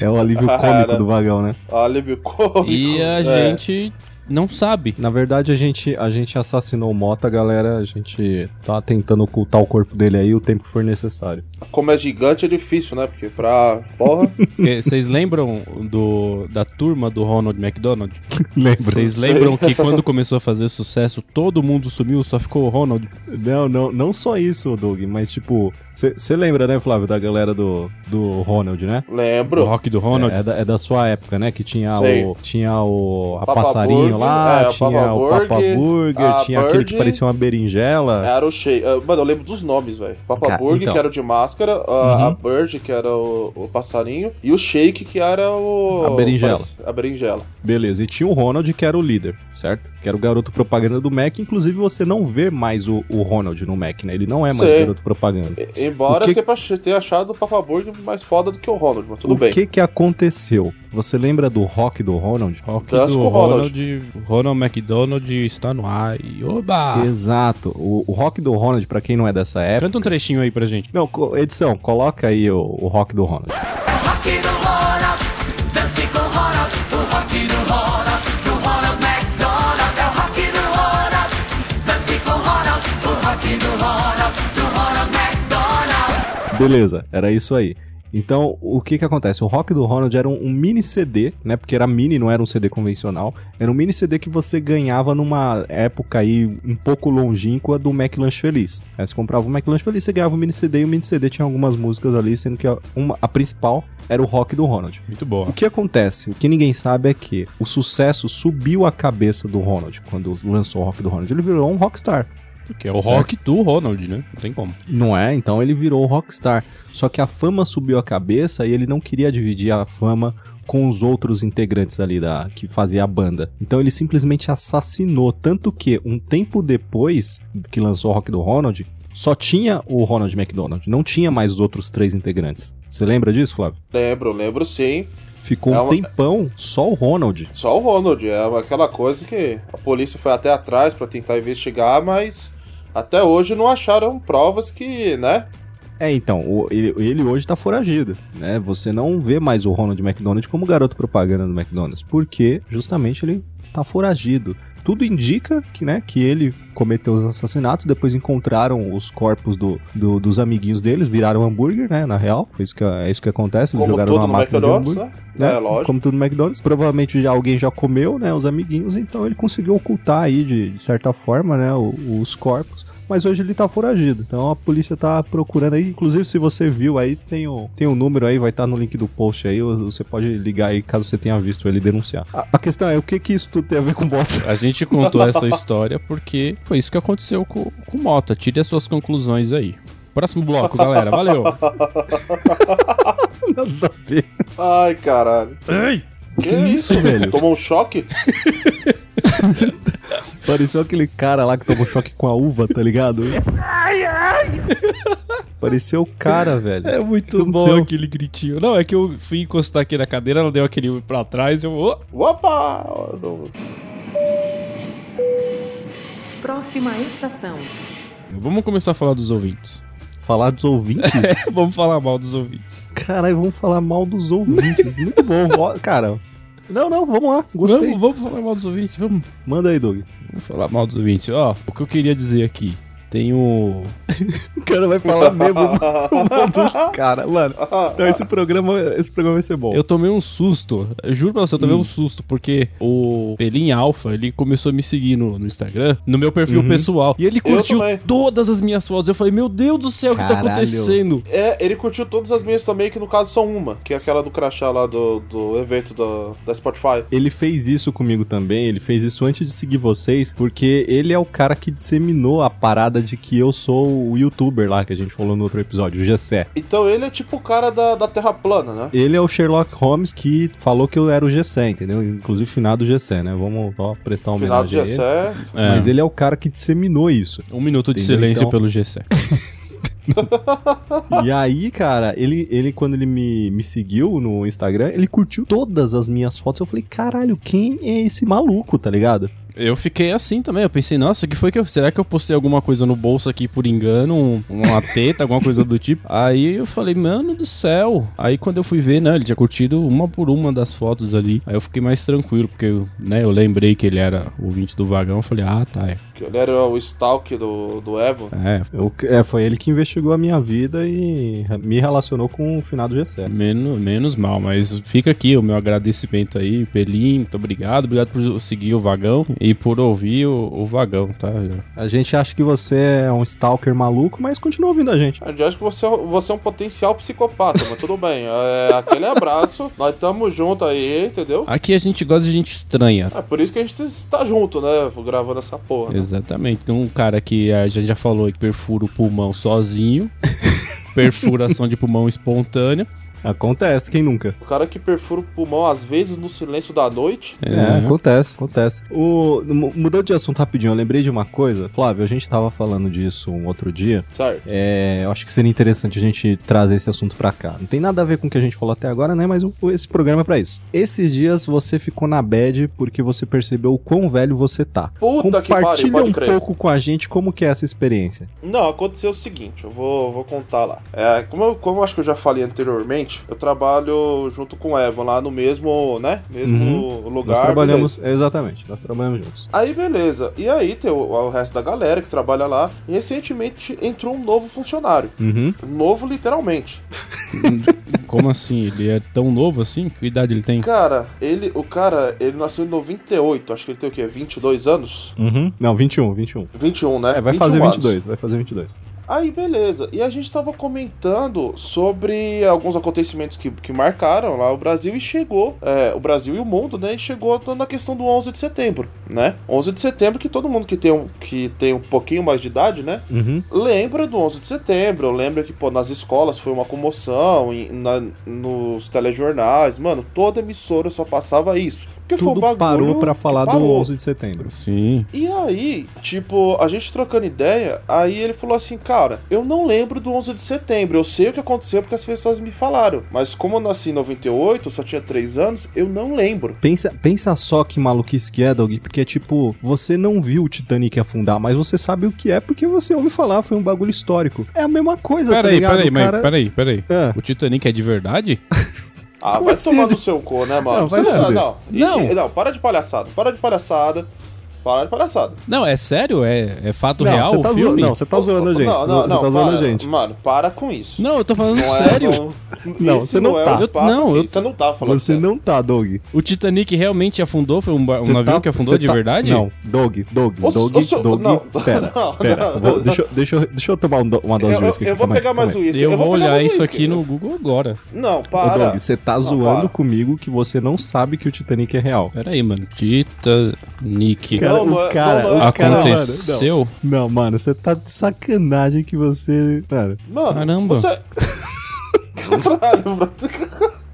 É o alívio cômico
Cara.
do vagão, né?
Olha, meu cômico.
E a
É.
gente não sabe.
Na verdade, a gente, a gente assassinou o Mota, galera. A gente tá tentando ocultar o corpo dele aí o tempo que for necessário.
Como é gigante é difícil, né? Porque pra. Porra.
Porque É, Vocês lembram do, da turma do Ronald McDonald?
Lembra?
Vocês lembram que quando começou a fazer sucesso, todo mundo sumiu, só ficou o Ronald?
Não, não, não só isso, Doug, mas tipo, você lembra, né, Flávio, da galera do, do Ronald, né?
O
Lembro. é.
rock do Ronald?
É, é da, é da sua época, né? Que tinha
Sei.
o. Tinha o. A
Papa
passarinho lá,
É, o
tinha
Papa
o Papa
Burger,
Burger,
a
tinha aquele
Bird.
que parecia uma berinjela.
Era o Shea. Ah, mano, eu lembro dos nomes, velho. Papa
Cara,
Burger,
então. Uhum.
que era o de máscara, ah, a, a Bird, que era o, o passarinho, e o Shake, que era o.
A berinjela.
parece- A berinjela.
Beleza, e tinha o Ronald, que era o líder, certo? Que era o garoto propaganda do Mac. Inclusive, você não vê mais o, o Ronald no Mac, né? Ele não é mais
Sei.
o garoto propaganda.
E- Embora
O que-
você pa- tenha achado o Papa Burger mais foda do que o Ronald, mas tudo
o
bem.
que que aconteceu? Você lembra do rock do Ronald?
Rock
Dança
do
com o
Ronald,
Ronald.
Ronald McDonald está no ar e oba!
Exato. O, o rock do Ronald, pra quem não é dessa época.
Canta um trechinho aí pra gente.
Não, co- edição, coloca aí o, o rock do Ronald.
rock do Ronald, dance com o Ronald, o rock do Ronald, do Ronald McDonald, é o rock do Ronald, dance com o Ronald, o rock do Ronald, do Ronald McDonald.
Beleza, era isso aí. Então, o que que acontece? O Rock do Ronald era um, um mini CD, né? Porque era mini, não era um CD convencional. Era um mini CD que você ganhava numa época aí um pouco longínqua do McLanche Feliz. Aí você comprava o McLanche Feliz, você ganhava o mini CD e o mini CD tinha algumas músicas ali, sendo que a, uma- a principal era o Rock do Ronald.
Muito
O
boa.
que acontece? O que ninguém sabe é que o sucesso subiu a cabeça do Ronald quando lançou o Rock do Ronald. Ele virou um rockstar.
Porque é o rock do Ronald, né? Não tem como.
Não é? Então ele virou rockstar. Só que a fama subiu a cabeça e ele não queria dividir a fama com os outros integrantes ali da que fazia a banda. Então ele simplesmente assassinou, tanto que um tempo depois que lançou o Rock do Ronald, só tinha o Ronald McDonald, não tinha mais os outros três integrantes. Você lembra disso, Flávio?
Lembro, lembro sim.
Ficou
É
um
uma-
tempão só o Ronald.
Só o Ronald, é aquela coisa que a polícia foi até atrás pra tentar investigar, mas até hoje não acharam provas que, né?
É, então, o- ele, ele hoje tá foragido, né? Você não vê mais o Ronald McDonald como garoto propaganda do McDonald's, porque justamente ele tá foragido. Tudo indica que, né, que ele cometeu os assassinatos, depois encontraram os corpos do, do- dos amiguinhos deles, viraram hambúrguer, né, na real, foi isso que, é isso que acontece, eles
Como
jogaram
tudo
numa
no
máquina de
McDonald's,
hambúrguer.
né? É, lógico.
Como tudo no McDonald's, provavelmente já alguém já comeu, né, os amiguinhos, então ele conseguiu ocultar aí, de, de certa forma, né, o- os corpos. Mas hoje ele tá foragido, então a polícia tá procurando aí. Inclusive, se você viu aí, tem o, tem o número aí, vai estar no link do post aí, ou- ou você pode ligar aí caso você tenha visto ele denunciar. A, a questão é, o que que isso tudo tem a ver com bots?
A gente contou essa história porque foi isso que aconteceu com, com o Mota. Tire as suas conclusões aí. Próximo bloco, galera. Valeu.
Nada a ver.
Ai, caralho.
Ei!
Que isso, velho?
Tomou um choque?
Pareceu aquele cara lá que tomou choque com a uva, tá ligado? Pareceu o cara, velho.
É
O
muito
que
bom
aconteceu?
aquele gritinho. Não, é que eu fui encostar aqui na cadeira, ela deu aquele pra trás, eu... Oh!
Opa!
Próxima estação.
Vamos começar a falar dos ouvintes.
Falar dos ouvintes?
Vamos falar mal dos ouvintes.
Caralho, vamos falar mal dos ouvintes. Muito bom, ó, cara. Não, não, vamos lá. Gostei.
Vamos, vamos falar mal dos ouvintes, vamos.
Manda aí, Doug.
Vamos falar mal dos ouvintes. Ó, o que eu queria dizer aqui. Tem o...
O cara vai falar mesmo o mal dos caras, mano. Então esse programa, esse programa vai ser bom.
Eu tomei um susto. Eu juro pra você, eu tomei
Hum.
um susto, porque o Pelim Alfa, ele começou a me seguir no, no Instagram, no meu
Uhum.
perfil pessoal. E ele curtiu
também.
todas as minhas fotos. Eu falei, meu Deus do céu, o que tá
Caralho.
acontecendo?
É, ele curtiu todas as minhas também, que no caso são uma, que é aquela do crachá lá do, do evento da, da Spotify.
Ele fez isso comigo também, ele fez isso antes de seguir vocês, porque ele é o cara que disseminou a parada de que eu sou o youtuber lá que a gente falou no outro episódio, o Gessé.
Então ele é tipo o cara da, da Terra Plana, né?
Ele é o Sherlock Holmes que falou que eu era o Gessé, entendeu? Inclusive finado Gessé, né? Vamos ó, prestar
Finado de
homenagem a ele.
Jessé.
É,
Mas ele é o cara que disseminou isso.
um minuto de
Entendeu?
silêncio
Então-
pelo G7.
E aí, cara, ele, ele quando ele me, me seguiu no Instagram, ele curtiu todas as minhas fotos. Eu falei, caralho, quem é esse maluco, tá ligado?
Eu fiquei assim também. Eu pensei, nossa, o que foi que eu. Será que eu postei alguma coisa no bolso aqui por engano? Um- uma teta, alguma coisa do tipo? Aí eu falei, mano do céu. Aí quando eu fui ver, né, ele tinha curtido uma por uma das fotos ali. Aí eu fiquei mais tranquilo, porque eu, né, eu lembrei que ele era o ouvinte do vagão. Eu falei, ah, tá. É,
Que ele era o Stalk do, do Evo.
é
Eu- é, foi ele que investigou a minha vida e me relacionou com o finado Gessé.
menos, é menos mal. Mas fica aqui o meu agradecimento aí, Pelim. Muito obrigado. Obrigado por seguir o vagão. e por ouvir o, o vagão, tá?
A gente acha que você é um stalker maluco, mas continua ouvindo a gente.
Eu acho que você, é- você é um potencial psicopata, mas tudo bem. É, aquele abraço, nós estamos junto aí, entendeu?
Aqui a gente gosta de gente estranha.
É por isso que a gente está junto, né? Gravando essa porra. né?
Exatamente. Tem um cara que a gente já falou que perfura o pulmão sozinho. Perfuração de pulmão espontânea.
Acontece, quem nunca?
O cara que perfura o pulmão às vezes no silêncio da noite.
É, acontece, acontece. O, mu- mudando de assunto rapidinho, eu lembrei de uma coisa. Flávio, a gente tava falando disso um outro dia.
Certo.
É, eu acho que seria interessante a gente trazer esse assunto pra cá. Não tem nada a ver com o que a gente falou até agora, né? Mas o- esse programa é pra isso. Esses dias você ficou na bad porque você percebeu o quão velho você tá.
Puta que pariu,
Compartilha
pode
um
crer.
pouco com a gente como que é essa experiência.
Não, aconteceu o seguinte, eu vou, vou contar lá. É, como, eu, como eu acho que eu já falei anteriormente, eu trabalho junto com o Evan lá no mesmo, né? Mesmo lugar.
Uhum. nós trabalhamos,
beleza.
exatamente, nós trabalhamos juntos.
Aí beleza. E aí tem o, o resto da galera que trabalha lá. E recentemente entrou um novo funcionário.
Uhum.
Novo literalmente.
Como assim? Ele é tão novo assim? Que idade ele tem?
Cara, ele, o cara, ele nasceu em 98, acho que ele tem o quê? 22 anos?
Uhum. Não, 21, 21.
21, né?
É, vai fazer
21
22, vai fazer 22.
Aí, beleza. E a gente tava comentando sobre alguns acontecimentos que, que marcaram lá o Brasil e chegou, é, o Brasil e o mundo, né? E chegou toda na questão do 11 de setembro, né? 11 de setembro que todo mundo que tem um, que tem um pouquinho mais de idade, né?
Uhum.
Lembra do 11 de setembro, lembra que, pô, nas escolas foi uma comoção, em- na- nos telejornais, mano, toda emissora só passava isso. Porque foi um
Tudo
bagulho
parou pra
que
falar do
parou.
11 de setembro.
Sim.
E aí, tipo, a gente trocando ideia, aí ele falou assim, cara, eu não lembro do 11 de setembro, eu sei o que aconteceu porque as pessoas me falaram, mas como eu nasci em 98, eu só tinha 3 anos, eu não lembro.
Pensa, pensa só que maluquice que é, Doug, porque tipo, você não viu o Titanic afundar, mas você sabe o que é porque você ouviu falar, foi um bagulho histórico. É a mesma coisa, tá
Peraí,
ligado?
peraí,
O
mas
cara-
peraí, peraí.
Ah.
O Titanic é de verdade?
Ah,
Como
vai
assim?
tomar no seu cu, né, mano?
Não, vai
Você-
se fuder.
não. E-
Não.
e- não, para de palhaçada, para de palhaçada, para de palhaçada.
Não, é sério? É, é fato
Não,
real
você tá
o filme?
zoando, não, você tá zoando a gente.
Não, não,
você tá
não,
zoando a
para.
gente.
Mano, para com isso.
Não, eu tô falando
Não é-
sério.
Não,
esse
você não
é o
tá. Eu-
espaço
não,
que-
eu-
você não tá falando
Você
sério.
não tá, Doug.
O Titanic realmente afundou? Foi um, ba- um
Você
navio
tá-
que afundou
você
de
tá-
verdade?
Não, Doug, Doug,
Ô,
Doug,
ô, seu-
Doug.
não,
pera,
não,
pera.
não,
vou-
não.
Deixa, eu- deixa, eu- deixa eu tomar um do- uma dose
Eu,
de uísque
eu vou
aqui, calma aí,
pegar
calma
mais
aí.
um uísque.
Eu, vou,
pegar
olhar
mais um
isso
uísque.
aqui no Google agora.
Não,
Ô,
para.
Doug, você tá
Não,
zoando
para.
comigo que você não sabe que o Titanic é real.
Peraí, mano. Titanic.
Cara,
Não, não é-
o cara,
não, não é-
o cara, mano, não.
Aconteceu?
Não, mano, você tá de sacanagem que você. Cara.
Mano,
Caramba.
Você... Caralho, bro.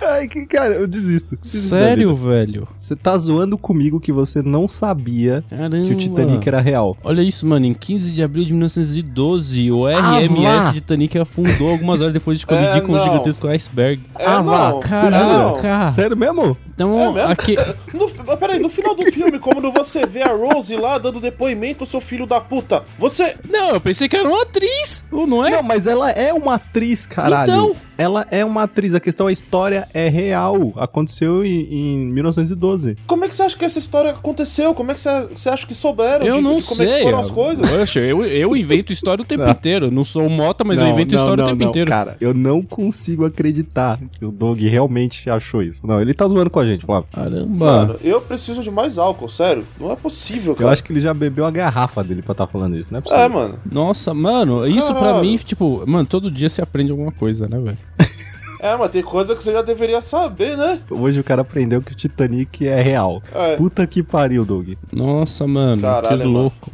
Ai, que cara, eu desisto. desisto da
Sério,
vida.
velho?
Você tá zoando comigo que você não sabia
Caramba.
que o Titanic era real.
Olha isso, mano. Em 15 de abril de 1912, o
Ah,
RMS
lá.
Titanic afundou algumas horas depois de colidir
É,
com o
não.
gigantesco iceberg.
É,
Ah, vá,
não, é,
Caraca.
não.
Sério mesmo?
É
Então,
mesmo?
aqui...
No, peraí, no final do filme, quando você vê a Rose lá dando depoimento, seu filho da puta, você.
Não, eu pensei que era uma atriz, ou não é?
Não, mas ela é uma atriz, caralho.
Então.
Ela é uma atriz. A questão, a história é real. Aconteceu em, em 1912.
Como é que você acha que essa história aconteceu? Como é que você, você acha que souberam
eu
de,
não
de como é
sei.
que foram as coisas?
Poxa, eu, eu invento história o tempo
Não.
inteiro. Não sou mota, mas eu
Não,
invento
não,
história
não,
o tempo
não,
inteiro.
Cara, eu não consigo acreditar que o Doug realmente achou isso. Não, ele tá zoando com a gente, Flávio.
Caramba.
Mano, eu preciso de mais álcool, sério. Não é possível, cara.
Eu acho que ele já bebeu a garrafa dele pra tá falando isso, não é possível.
É, mano.
Nossa, mano, isso pra
Caralho.
mim, tipo, mano, todo dia se aprende alguma coisa, né, velho?
É, mas tem coisa que você já deveria saber, né?
Hoje o cara aprendeu que o Titanic é real.
É.
Puta que pariu, Doug.
Nossa, mano,
Caralho,
que
mano.
louco.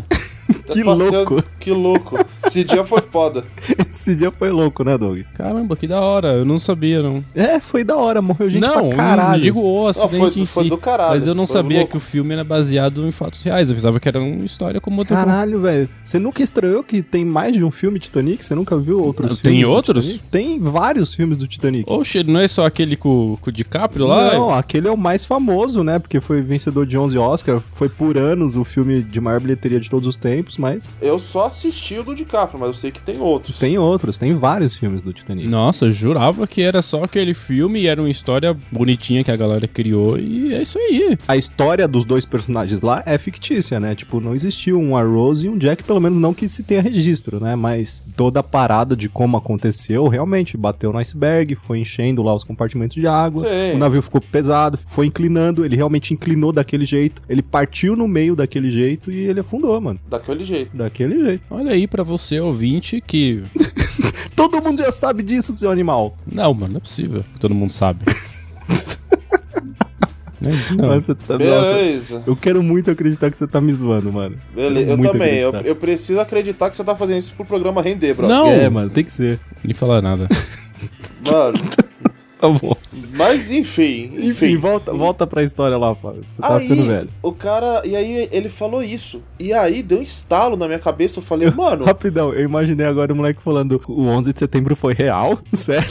Que louco.
tá Que louco. Esse dia foi foda.
Esse dia foi louco, né, Doug?
Caramba, que da hora. Eu não sabia, não.
É, foi da hora, morreu gente
não, um
pra
não
caralho.
digo o
Não,
acidente
foi,
em
foi
si.
do caralho.
Mas eu não
Foi um
sabia
louco.
que o filme era baseado em fatos reais. Eu pensava que era uma história como outra.
Caralho, velho. Você nunca estranhou que tem mais de um filme Titanic? Você nunca viu outros
Tem
filmes? do
outros?
Titanic? Tem vários filmes do Titanic.
Oxe, não é só aquele com, com o DiCaprio lá?
Não, aquele é o mais famoso, né? Porque foi vencedor de 11 Oscar, foi por anos o filme de maior bilheteria de todos os tempos, mas
Eu só assisti o do DiCaprio, mas eu sei que tem outros.
Tem outros, tem vários filmes do Titanic.
Nossa, eu jurava que era só aquele filme e era uma história bonitinha que a galera criou e é isso aí.
A história dos dois personagens lá é fictícia, né? Tipo, não existiu um a Rose e um Jack, pelo menos não que se tenha registro, né? Mas toda a parada de como aconteceu, realmente, bateu no iceberg, foi enchendo lá os compartimentos de água,
Sim.
o navio ficou pesado, foi inclinando, ele realmente inclinou daquele jeito, ele partiu no meio daquele jeito e ele afundou, mano.
Daquele jeito.
Daquele jeito.
Olha aí pra você, ouvinte, que.
Todo mundo já sabe disso, seu animal.
Não, mano, não é possível. que Todo mundo sabe. Mas não.
Mas você tá- nossa,
Beleza.
eu quero muito acreditar que você tá me zoando, mano.
Beleza. Eu
é Muito
também. Eu,
acreditar.
eu preciso acreditar que você tá fazendo isso pro programa render, bro.
Não!
É, mano, tem que ser.
Nem falar nada.
Mano,
Tá bom.
mas enfim.
Enfim, volta, volta pra história lá, Flávio. Você tá
aí,
ficando velho.
o cara. E aí ele falou isso. E aí deu um estalo na minha cabeça. Eu falei, mano.
Rapidão, eu imaginei agora o moleque falando: o 11 de setembro foi real? Sério?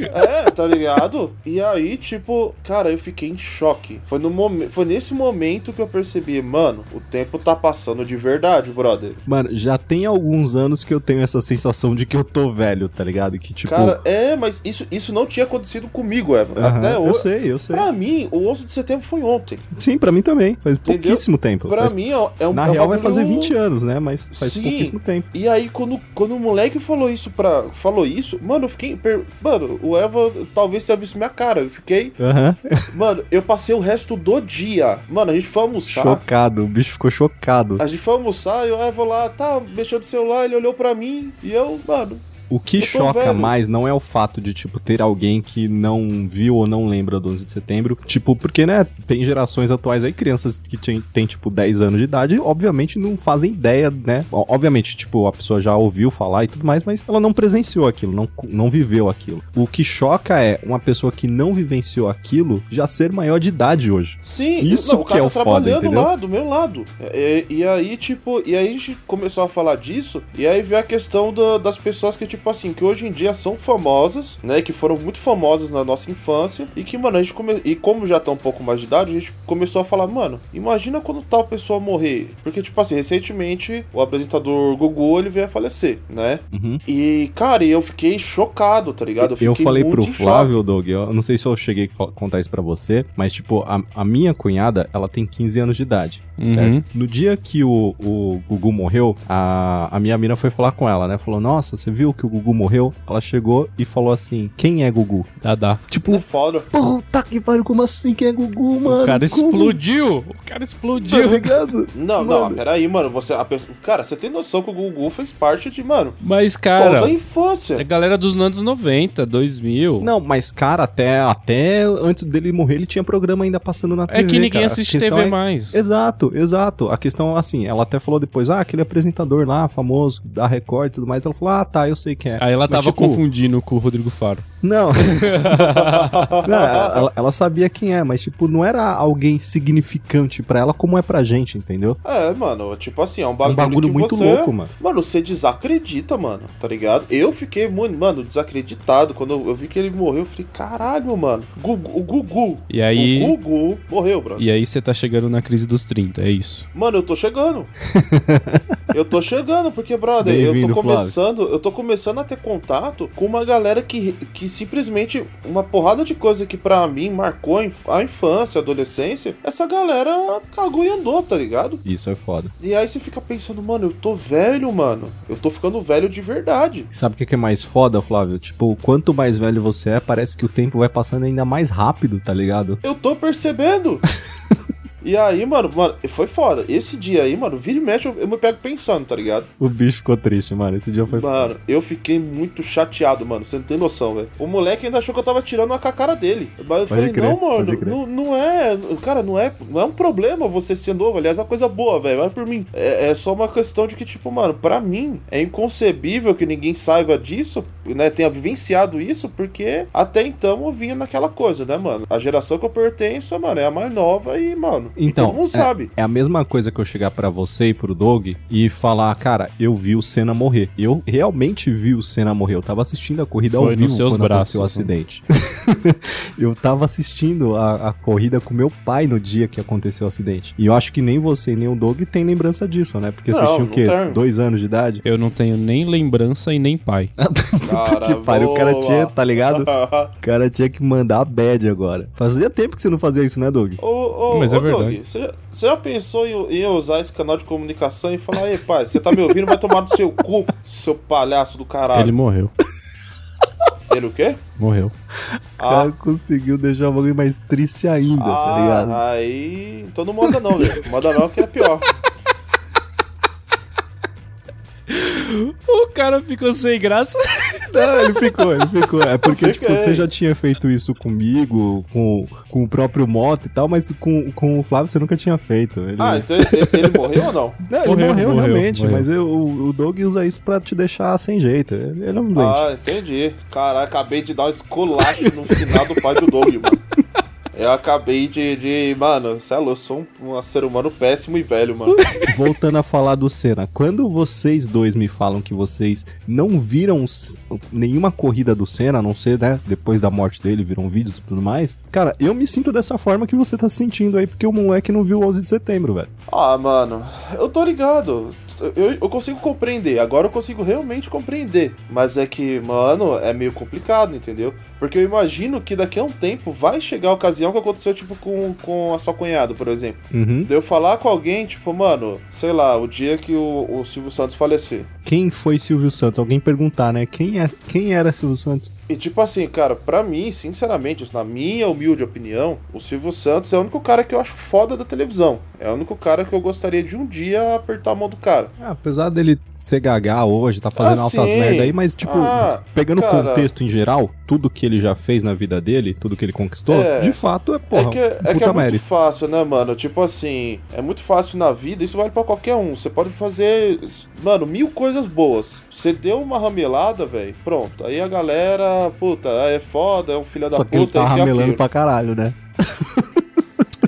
É, tá ligado? E aí, tipo, cara, eu fiquei em choque. Foi, no momen- foi nesse momento que eu percebi, mano, o tempo tá passando de verdade, brother.
Mano, já tem alguns anos que eu tenho essa sensação de que eu tô velho, tá ligado? Que tipo.
Cara, é, mas isso, isso não tinha acontecido comigo, Evan.
aham,
Até
Eu
hoje.
sei, eu sei.
Pra mim, o 11 de setembro foi ontem.
Sim, pra mim também. Faz
Entendeu?
pouquíssimo tempo.
Pra
Faz-
mim, é, é um
Na
é um
real, vai
bagulho-
fazer 20 anos, né? Mas faz
Sim.
pouquíssimo tempo.
E aí, quando, quando o moleque falou isso pra. Falou isso, mano, eu fiquei. per- Mano, o Eva talvez tenha visto minha cara. Eu fiquei.
Aham.
Mano, eu passei o resto do dia. Mano, a gente foi almoçar.
Chocado, o bicho ficou chocado.
A gente foi almoçar, eu, eu vou lá, tá, mexeu no celular, ele olhou pra mim e eu, mano.
O que
Eu tô
choca
velho.
mais não é o fato de, tipo, ter alguém que não viu ou não lembra do 11 de setembro. Tipo, porque, né, tem gerações atuais aí, crianças que têm, têm, tipo, 10 anos de idade, obviamente não fazem ideia, né? Ó, Obviamente, tipo, a pessoa já ouviu falar e tudo mais, mas ela não presenciou aquilo, não, cu- não viveu aquilo. O que choca é uma pessoa que não vivenciou aquilo já ser maior de idade hoje.
Sim,
Isso
não, o cara
que é o
tá
foda,
trabalhando
entendeu?
lá, do meu lado. E, e- e aí, tipo, e aí a gente começou a falar disso, e aí veio a questão da- das pessoas que, tipo assim, que hoje em dia são famosas, né? Que foram muito famosas na nossa infância, e que, mano, a gente come... E como já tá um pouco mais de idade, a gente começou a falar, mano, imagina quando tal pessoa morrer. Porque, tipo assim, recentemente o apresentador Gugu ele veio a falecer, né? E, cara, eu fiquei chocado, tá ligado?
Eu
fiquei
falei
muito
pro
em choque.
Flávio, Doug, eu não sei se eu cheguei a fa- contar isso pra você, mas, tipo, a, a minha cunhada, ela tem 15 anos de idade,
Uhum.
certo? No dia que o, o Gugu morreu, a, a minha mina foi falar com ela, né? Falou, nossa, você viu que o Gugu morreu? Ela chegou e falou assim, quem é Gugu?
Dá, dá.
É
Tipo,
foda.
puta que pariu, como assim quem é Gugu, mano?
o cara
Como?
explodiu! O cara
Tá
explodiu!
ligado?
Não, não,
Mano.
peraí, mano. Você, a pessoa, cara, você tem noção que o Gugu fez parte de, mano,
Mas,
toda a
cara, é
infância.
galera dos anos 90, 2000.
Não, mas, cara, até, até antes dele morrer, ele tinha programa ainda passando na TV,
é que ninguém
cara. A
assiste
questão
TV
é-
mais.
Exato, exato. A questão, assim, ela até falou depois, ah, aquele apresentador lá, famoso, da Record e tudo mais. Ela falou, ah, tá, eu sei quem é.
Aí ela
Mas,
tava
tipo,
confundindo com o Rodrigo Faro.
Não. Não, é um ela, ela sabia quem é, mas, tipo, não era alguém significante pra ela como é pra gente, entendeu?
É, mano, tipo assim, é um
É
bagulho,
um bagulho
que
muito
você,
louco, mano.
Mano, você desacredita, mano, tá ligado? Eu fiquei, muito, mano, desacreditado. Quando eu eu vi que ele morreu, eu falei, caralho, mano. Gugu, o Gugu.
E aí-
O Gugu morreu, bro.
E aí você tá chegando na crise dos 30, é isso.
Mano, eu tô chegando. eu tô chegando, porque, brother, eu
Bem-vindo,
tô
Flávio.
começando. Eu tô começando a ter contato com uma galera que, que simplesmente. Uma porrada de coisa que pra mim marcou a inf- a infância, a adolescência. Essa galera cagou e andou, tá ligado?
Isso é foda.
E aí você fica pensando, mano, eu tô velho, mano. Eu tô ficando velho de verdade.
E Sabe o que que é mais foda, Flávio? Tipo, quanto mais velho você é, parece que o tempo vai passando ainda mais rápido, tá ligado?
Eu tô percebendo. E aí, mano, mano, foi foda. Esse dia aí, mano, vira e mexe, eu, eu me pego pensando, tá ligado?
O bicho ficou triste, mano. Esse dia foi foda.
Mano, eu fiquei muito chateado, mano. Você não tem noção, velho. O moleque ainda achou que eu tava tirando uma com a cara dele. Mas eu falei,
crer,
não, mano,
pode crer.
não, não é. Cara, não é, não é um problema você ser novo. Aliás, é uma coisa boa, velho. Vai por mim. É, é só uma questão de que, tipo, mano, pra mim é inconcebível que ninguém saiba disso, né? Tenha vivenciado isso, porque até então eu vinha naquela coisa, né, mano? A geração que eu pertenço, mano, é a mais nova e, mano, mano. E
Então,
todo mundo
é,
sabe.
é a mesma coisa que eu chegar pra você e pro Doug e falar, cara, eu vi o Senna morrer. Eu realmente vi o Senna morrer. Eu tava assistindo a corrida
Foi
ao
nos
vivo
seus
quando aconteceu o
braços, né?
acidente. eu tava assistindo a, a corrida com meu pai no dia que aconteceu o acidente. E eu acho que nem você e nem o Doug tem lembrança disso, né? Porque
Não,
assistiu o
não
quê?
tenho.
Dois anos de idade?
Eu não tenho nem lembrança e nem pai.
Puta que pariu, o cara
boa.
tinha, tá ligado? O cara tinha que mandar a bad agora. Fazia tempo que você não fazia isso, né, Doug?
Ô, ô,
Mas é
ô, Doug,
verdade.
Você já, você já pensou em, eu- em eu usar esse canal de comunicação e falar, ei, pai, você tá me ouvindo, vai tomar no seu cu, seu palhaço do
Ele
caralho.
morreu.
Ele, o quê? Ah,
Morreu.
O cara conseguiu deixar o bagulho mais triste ainda, tá ligado?
Ah, aí. Então não manda não, velho. Manda não que é pior.
O cara ficou sem graça.
Não, Tá, ele ficou, ele ficou. É porque, tipo,
Fiquei.
você já tinha feito isso comigo, com, com o próprio Moto e tal, mas com, com o Flávio você nunca tinha feito. Ele, é
Ah, então ele, ele morreu ou não?
Não, ele
Morreu,
morreu,
morreu,
realmente,
morreu.
mas eu- o, o Doug usa isso pra te deixar sem jeito. Ele ele é um doente.
Ah, entendi. Caralho, acabei de dar um esculacho no final do pai do Doug, mano. Eu acabei de. de mano, sei lá, eu sou um, um ser humano péssimo e velho, mano.
Voltando a falar do Senna, quando vocês dois me falam que vocês não viram s- nenhuma corrida do Senna, a não ser, né, depois da morte dele, viram vídeos e tudo mais, cara, eu me sinto dessa forma que você tá se sentindo aí, porque o moleque não viu o 11 de setembro, velho.
Ah, mano, eu tô ligado. Eu, eu consigo compreender, agora eu consigo realmente compreender. Mas é que, mano, é meio complicado, entendeu? Porque eu imagino que daqui a um tempo vai chegar a ocasião que aconteceu, tipo, com, com a sua cunhada, por exemplo.
Uhum.
De eu falar com alguém, tipo, mano, sei lá, o dia que o, o Silvio Santos falecer.
Quem foi Silvio Santos? Alguém perguntar, né? Quem, é, quem era Silvio Santos?
E tipo assim, cara, pra mim, sinceramente, isso na minha humilde opinião, o Silvio Santos é o único cara que eu acho foda da televisão. É o único cara que eu gostaria de um dia apertar a mão do cara.
Ah, apesar dele ser gaga hoje, tá fazendo
Ah,
altas
sim.
merda aí, mas, tipo,
Ah,
pegando o
cara.
contexto em geral, tudo que ele já fez na vida dele, tudo que ele conquistou,
É.
de fato é, porra,
é que, é, que
puta
é muito
mérito.
fácil, né, mano? Tipo assim, é muito fácil na vida, isso vale pra qualquer um. Você pode fazer, mano, mil coisas boas. Você deu uma ramelada, velho, pronto. Aí a galera, puta, é foda, é um filho da
Só que
puta,
ele tá
isso e
ramelando
aquilo.
pra caralho, né?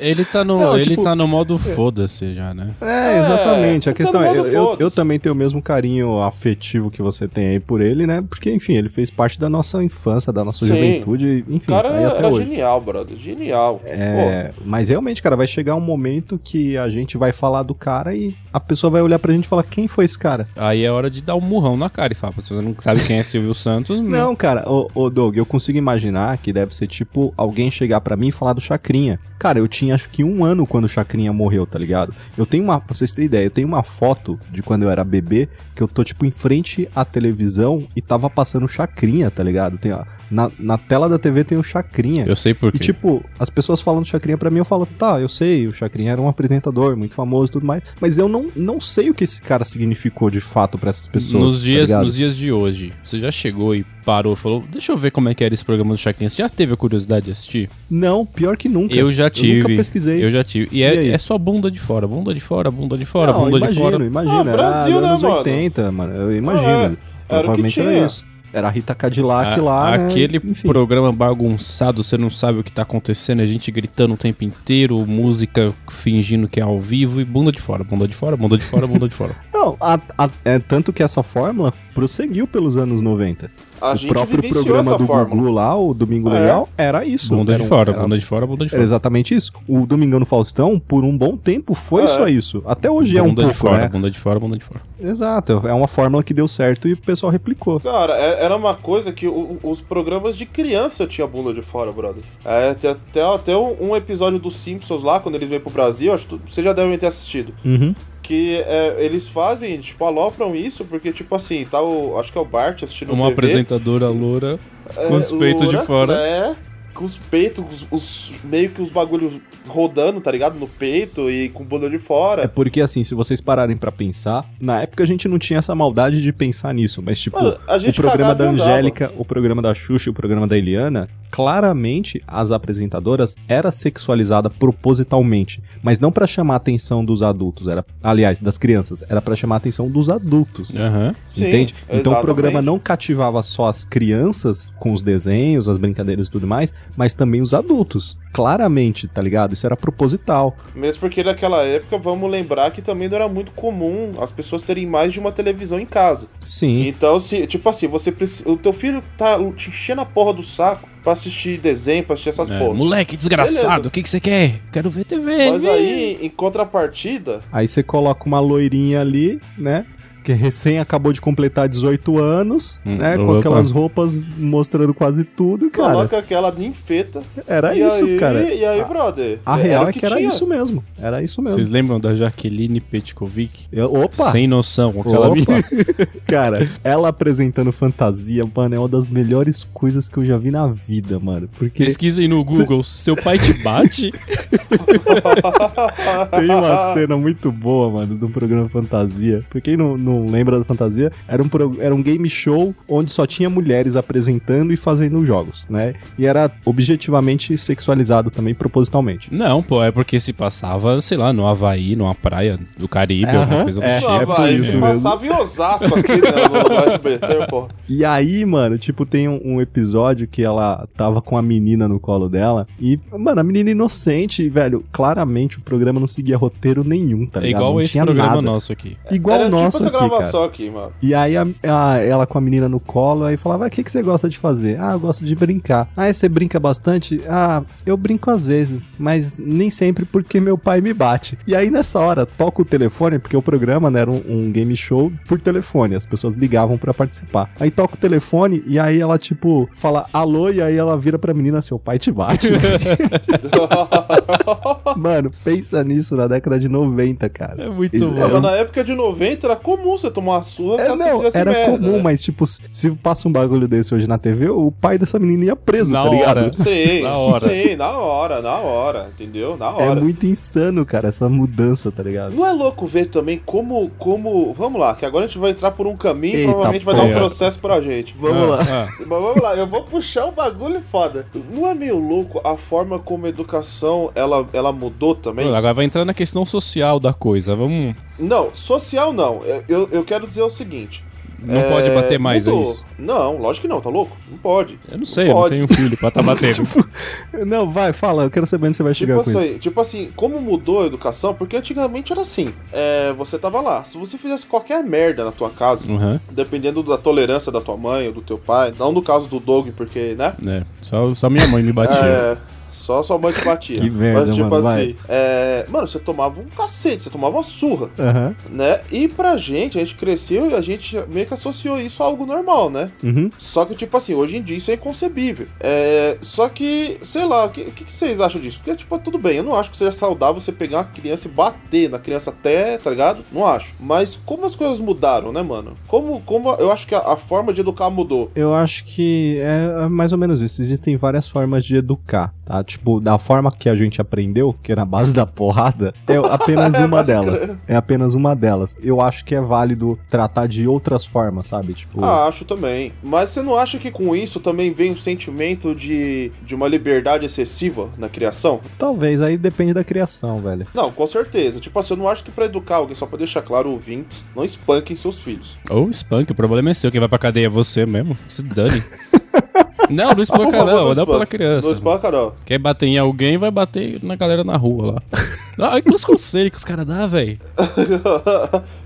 Ele tá no,
Não,
ele
tipo-
tá no modo foda-se já, né?
É, exatamente.
É,
A questão é,
todo
eu,
mundo
eu,
foda-se.
eu também tenho o mesmo carinho afetivo que você tem aí por ele, né? Porque, enfim, ele fez parte da nossa infância, da nossa
Sim.
juventude, enfim,
O cara é
tá aí até
era
hoje.
genial, brother, genial. Pô,
É, mas realmente, cara, vai chegar um momento que a gente vai falar do cara e a pessoa vai olhar pra gente e falar, quem foi esse cara?
Aí é hora de dar um murrão na cara e falar, se você não sabe quem é Silvio Santos,
Não, cara, ô, ô, Doug, eu consigo imaginar que deve ser tipo alguém chegar pra mim e falar do Chacrinha. Cara, eu tinha acho que um ano quando o Chacrinha morreu, tá ligado? Eu tenho uma, pra vocês terem ideia, eu tenho uma foto de quando eu era bebê que eu tô tipo em frente à televisão e tava passando o Chacrinha, tá ligado? Tem, ó, na, na tela da TV tem o Chacrinha.
Eu sei por
E
quê.
tipo, as pessoas falando Chacrinha pra mim, eu falo, tá, eu sei, o Chacrinha era um apresentador muito famoso e tudo mais, mas eu não, não sei o que esse cara significou de fato pra essas pessoas.
nos,
tá
dias,
ligado?
nos dias de hoje, você já chegou e parou e falou, deixa eu ver como é que era esse programa do Chacrinha. Você já teve a curiosidade de assistir?
Não, pior que nunca.
Eu já tive.
nunca pesquisei.
Eu já tive. E
E
é,
aí?
é só bunda de fora, bunda de fora, bunda de fora,
não,
bunda
imagino,
de fora.
imagina.
Ah, Brasil,
era
né,
anos
mano?
80, mano. Eu
Ah, é. Era
imagino. Provavelmente
o que
era
tinha.
isso. Era a Rita Cadillac
A-
lá. né?
aquele
Enfim.
programa bagunçado, você não sabe o que tá acontecendo, a gente gritando o tempo inteiro, música fingindo que é ao vivo e bunda de fora, bunda de fora, bunda de fora, bunda de fora.
Não, a- a- é, tanto que essa fórmula prosseguiu pelos anos 90.
a
o
gente
próprio
vivenciou
programa
essa
do
fórmula.
Gugu lá, o Domingo
Ah, é?
Legal, era isso.
bunda
Era
de
um-
fora,
era-
bunda de fora, bunda de
Era
fora.
exatamente isso. O Domingão no Faustão, por um bom tempo, foi
Ah, é.
só isso. Até hoje é um
bunda
pouco,
de fora,
né?
bunda de fora, bunda de fora.
Exato. É uma fórmula que deu certo e o pessoal replicou.
Cara, é- era uma coisa que o- os programas de criança tinha bunda de fora, brother. É, tem até, até um um episódio dos Simpsons lá, quando eles vêm pro Brasil, acho que tu- vocês já devem ter assistido.
Uhum.
Que é, eles fazem, tipo, alopram isso, porque, tipo assim, tá o. Acho que é o Bart assistindo
Uma
TV,
apresentadora loura com os
é,
peitos de
loura,
fora.
É, com os peitos, os, os- meio que os bagulhos rodando, tá ligado? No peito e com bunda de
É
fora.
porque, assim, se vocês pararem pra pensar, na época a gente não tinha essa maldade de pensar nisso, mas, tipo,
Mano, a
o
gente
programa
cagava
da
e andava.
Angélica, o programa da Xuxa, e o programa da Eliana, claramente as apresentadoras era sexualizada propositalmente, mas não pra chamar a atenção dos adultos, era aliás, das crianças, era pra chamar a atenção dos adultos.
Aham.
Sim,
Entende? Então o
exatamente.
programa não cativava só as crianças com os desenhos, as brincadeiras e tudo mais, mas também os adultos. Claramente, tá ligado? Isso era proposital.
Mesmo porque naquela época, vamos lembrar que também não era muito comum as pessoas terem mais de uma televisão em casa.
Sim.
Então, se, tipo assim, você precisa. O teu filho tá te enchendo a porra do saco pra assistir desenho, pra assistir essas
É,
porras.
moleque, desgraçado,
Beleza.
o que, que você quer? Quero ver TV.
Mas aí, em contrapartida,
Aí você coloca uma loirinha ali, né? Que recém acabou de completar 18 anos,
Hum,
né? Com
opa.
aquelas roupas mostrando quase tudo, e, cara.
coloca aquela ninfeta.
Era
e
isso,
aí,
cara.
E aí,
A-
brother?
A
era
real
o
é que era
tinha.
isso mesmo. Era isso mesmo.
Vocês lembram da Jaqueline Petkovic?
Eu- opa!
Sem noção, aquela
Opa.
menina.
Cara, ela apresentando fantasia, mano, é uma das melhores coisas que eu já vi na vida, mano. Porque
Pesquisem no Google, seu pai te bate?
Tem uma cena muito boa, mano, do programa Fantasia. Pra quem não, não lembra do Fantasia, era um, pro- era um game show onde só tinha mulheres apresentando e fazendo jogos, né? E era objetivamente sexualizado também, propositalmente.
Não, pô, é porque se passava, sei lá, no Havaí, numa praia do Caribe,
Aham,
alguma coisa do
é,
tipo.
Ah,
é por
vai,
isso
se
mesmo.
Passava em Osasco aqui, né? No no SBT, porra.
E aí, mano, tipo, tem um, um episódio que ela tava com a menina no colo dela e, mano, a menina inocente, velho, claramente o programa não seguia roteiro nenhum, tá
é
ligado?
igual
não
esse
tinha
programa
nada.
nosso aqui.
Igual
era
o nosso
tipo essa
aqui, cara.
gravação aqui, mano.
E aí a- a- ela com a menina no colo, aí falava, "Ah, o que, que você gosta de fazer? Ah, eu gosto de brincar. Ah, você brinca bastante? Ah, eu brinco às vezes, mas nem sempre porque meu pai me bate. E aí nessa hora, toca o telefone, porque o programa né, era um, um game show por telefone, as pessoas ligavam pra participar. Aí toca o telefone e aí ela, tipo, fala alô, e aí ela vira pra menina, seu pai te bate. Mano, pensa nisso na década de 90, cara.
É muito
Isso-
bom.
Ah,
era
mas
um-
na época de 90 era comum você tomar uma surra
É,
caso você
não,
fizesse
era
merda,
comum,
né?
mas tipo, se passa um bagulho desse hoje na TV, o pai dessa menina ia preso,
Na
tá ligado?
hora.
Sim,
Na hora.
sim, na hora, na hora, entendeu? Na
É
hora.
muito insano, cara, essa mudança, tá ligado?
Não é louco ver também como, como. Vamos lá, que agora a gente vai entrar por um caminho e
Eita
provavelmente vai dar um
porra.
processo pra gente.
Vamos lá.
Ah,
Mas vamos lá, eu vou puxar um bagulho foda. Não é meio louco a forma como a educação ela, ela mudou também?
ah. Agora vai entrar na questão social da coisa. Vamos.
Não, social não. Eu, eu quero dizer o seguinte.
Não
é,
pode bater mais, é
mudou.
isso?
Não, lógico que não, tá louco? Não pode.
Eu não sei, eu não
Pode.
tenho filho pra tá batendo.
Tipo, Não, vai, fala, eu quero saber onde você vai chegar
Tipo
com isso.
assim, tipo assim, como mudou a educação? Porque antigamente era assim: é, você tava lá, se você fizesse qualquer merda na tua casa,
Aham,
dependendo da tolerância da tua mãe ou do teu pai, não no caso do Doug, porque, né?
né? Só, só minha mãe me batia.
É, só sua mãe te batia.
Que merda,
Mas, tipo
mano,
assim, é, mano, você tomava um cacete, você tomava uma surra,
Aham.
né? E pra gente, a gente cresceu e a gente meio que associou isso a algo normal, né?
Uhum.
Só que, tipo assim, hoje em dia isso é inconcebível. É, só que, sei lá, o que, o que que vocês acham disso? Porque, tipo, tudo bem, eu não acho que seja saudável você pegar uma criança e bater na criança até, tá ligado? Não acho. Mas como as coisas mudaram, né, mano? Como, como eu acho que a, a forma de educar mudou.
Eu acho que é mais ou menos isso. Existem várias formas de educar, tá? Tipo, da forma que a gente aprendeu, que é na base da porrada, é apenas uma delas. É apenas uma delas. Eu acho que é válido tratar de outras formas, sabe? Tipo,
Ah, acho também. Mas você não acha que com isso também vem um sentimento de, de uma liberdade excessiva na criação?
talvez aí depende da criação, velho.
Não, com certeza. Tipo assim, eu não acho que pra educar alguém, só pra deixar claro, ouvintes, não espanquem seus filhos.
Ou spank, o problema é seu. Quem vai pra cadeia é você mesmo. Se dane. não, não
Por
espanca
favor,
não, dá
espanque.
pela
É,
criança.
Não espanca, não.
Quer bater em alguém, vai bater na galera na rua lá. Olha que os conselhos que os caras dão, velho.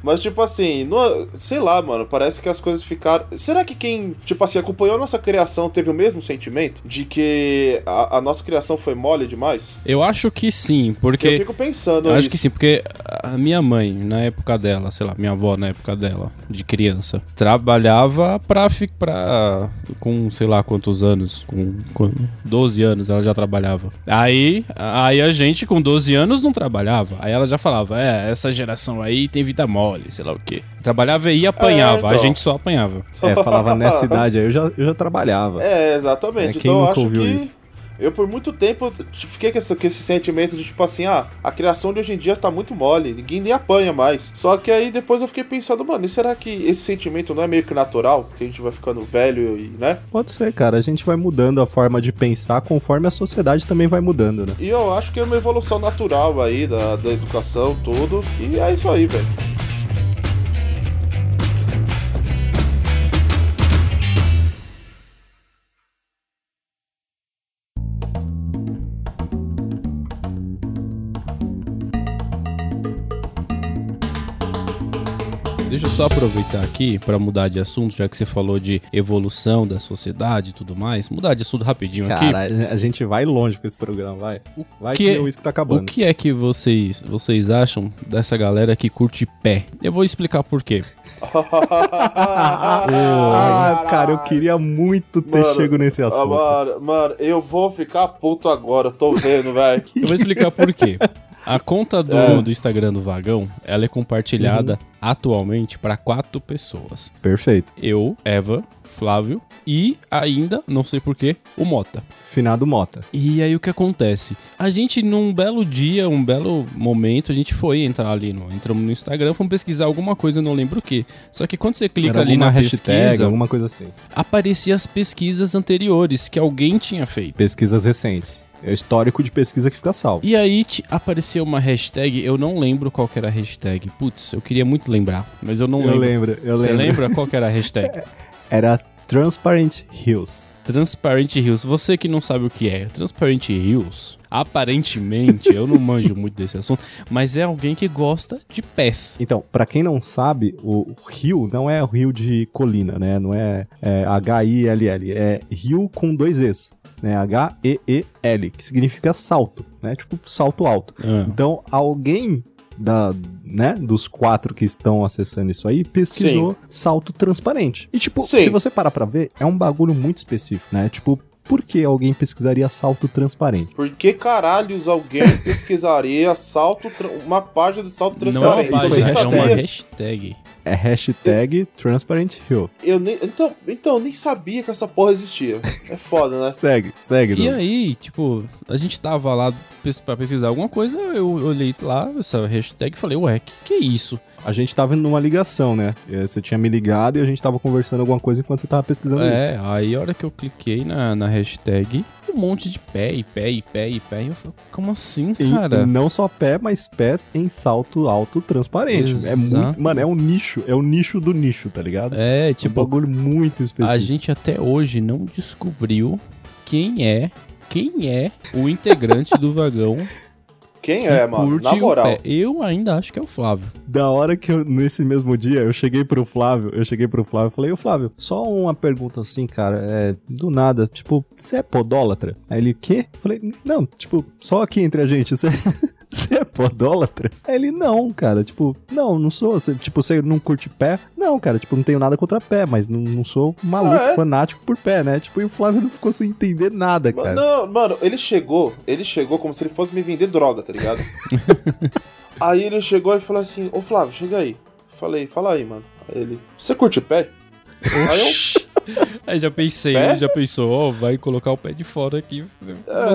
Mas, tipo assim, não- sei lá, mano, parece que as coisas ficaram. Será que quem, tipo assim, acompanhou a nossa criação teve o mesmo sentimento de que a, a nossa criação foi mole demais?
Eu acho que sim, porque.
Eu fico pensando
Eu acho
nisso.
que sim, porque a minha mãe, na época dela, sei lá, minha avó na época dela, de criança, trabalhava pra ficar. Com sei lá quantos anos, com, com 12 anos ela já trabalhava. Aí, aí a gente com 12 anos não trabalhava. Aí ela já falava: é, essa geração aí tem vida mole, sei lá o quê. Trabalhava e apanhava, a
então.
gente só apanhava.
É, falava nessa idade aí, eu já, eu já trabalhava.
É,
É,
exatamente.
quem
então eu
nunca
acho
ouviu
que.
isso?
Eu, por muito tempo, t- fiquei com esse, com esse sentimento de tipo assim: ah, a criação de hoje em dia tá muito mole, ninguém nem apanha mais. Só que aí depois eu fiquei pensando, mano, e será que esse sentimento não é meio que natural? Porque a gente vai ficando velho e, né?
Pode ser, cara. A gente vai mudando a forma de pensar conforme a sociedade também vai mudando, né?
E eu acho que é uma evolução natural aí da, da educação, tudo. E é isso aí, velho.
Deixa eu só aproveitar aqui pra mudar de assunto, já que você falou de evolução da sociedade e tudo mais. Mudar de assunto rapidinho aqui.
Cara, a gente vai longe com esse programa, vai. Vai que,
que-
o uísque tá
O
acabando.
que é que vocês, vocês acham dessa galera que curte pé? Eu vou explicar por quê.
ah,
Ah, cara, eu queria muito ter
Mano,
chego nesse
Ah,
assunto.
mano, mano, eu vou ficar puto agora, eu tô vendo, velho.
Eu vou explicar por quê. A conta do,
É.
do Instagram do Vagão, ela é compartilhada
Uhum.
atualmente pra quatro pessoas.
Perfeito.
Eu, Eva, Flávio e ainda, não sei porquê, o Mota.
Finado Mota.
E aí o que acontece? A gente, num belo dia, um belo momento, a gente foi entrar ali no. Entramos no Instagram, fomos pesquisar alguma coisa, eu não lembro o que. Só que quando você clica
Era
ali
alguma
na
hashtag,
pesquisa,
alguma coisa assim.
aparecia as pesquisas anteriores que alguém tinha feito.
Pesquisas recentes. É o histórico de pesquisa que fica salvo.
E aí te apareceu uma hashtag, eu não lembro qual que era a hashtag. Putz, eu queria muito lembrar, mas eu não
eu
lembro.
lembro, eu
Você
lembro.
lembra qual que era a hashtag?
Era Transparent Hills.
Transparent Hills. Você que não sabe o que é Transparent Hills, aparentemente, eu não manjo muito desse assunto, mas é alguém que gosta de pés.
Então, pra quem não sabe, o rio não é o rio de colina, né? Não é, é H-I-L-L. É rio com dois Es, né? H-E-E-L, que significa salto, né? Tipo, salto alto.
Ah,
Então, alguém da, né, dos quatro que estão acessando isso aí pesquisou salto transparente. E, tipo,
Sim.
se você parar pra ver, é um bagulho muito específico, né? Tipo, por que alguém pesquisaria salto transparente?
Por que caralhos alguém pesquisaria salto tra- uma página de salto
não é uma
transparente?
Isso
página,
aí,
eu, nem
é uma
sabia.
hashtag.
É hashtag Transparent Hill.
eu nem então, então eu nem sabia que essa porra existia. É foda, né?
Segue, segue.
E
Dudu.
aí, tipo, a gente tava lá pes- pra pesquisar alguma coisa, eu olhei lá essa hashtag e falei, ué, que que é isso?
A gente tava numa ligação, né? Eh, Você tinha me ligado e a gente tava conversando alguma coisa enquanto você tava pesquisando isso.
É, aí a hora que eu cliquei na, na hashtag, um monte de pé, e pé, e pé, e pé, e eu falei, como assim,
E
um
cara?
não só pé, mas pés em salto alto transparente. É
Exato.
muito. Mano, é um nicho. É o nicho do nicho, tá ligado?
É,
É um
tipo,
bagulho muito
A
específico.
gente até hoje não descobriu quem é, quem é o integrante do vagão
Quem
que
é, mano?
curte
Na
o
moral.
pé. Eu ainda acho que é o Flávio.
Da hora que eu, nesse mesmo dia, eu cheguei pro Flávio, eu cheguei pro Flávio e falei, ô Flávio, só uma pergunta assim, cara, é, do nada, tipo, você é podólatra? Aí ele, quê? Eu falei, não, tipo, só aqui entre a gente, você... Você é podólatra? Aí ele, não, cara. Tipo, não, não sou. Você, tipo, você não curte pé? Não, cara. Tipo, não tenho nada contra pé, mas não, não sou maluco,
Ah, é?
fanático por pé, né? Tipo, e o Flávio não ficou sem entender nada,
Ma-
cara.
Não, mano, ele chegou, ele chegou como se ele fosse me vender droga, tá ligado? aí ele chegou e falou assim, ô Flávio, chega aí. Falei, fala aí, mano. Aí ele, você curte pé? aí eu,
Aí É, já pensei,
Pé?
já pensou, ó, vai colocar o pé de fora aqui.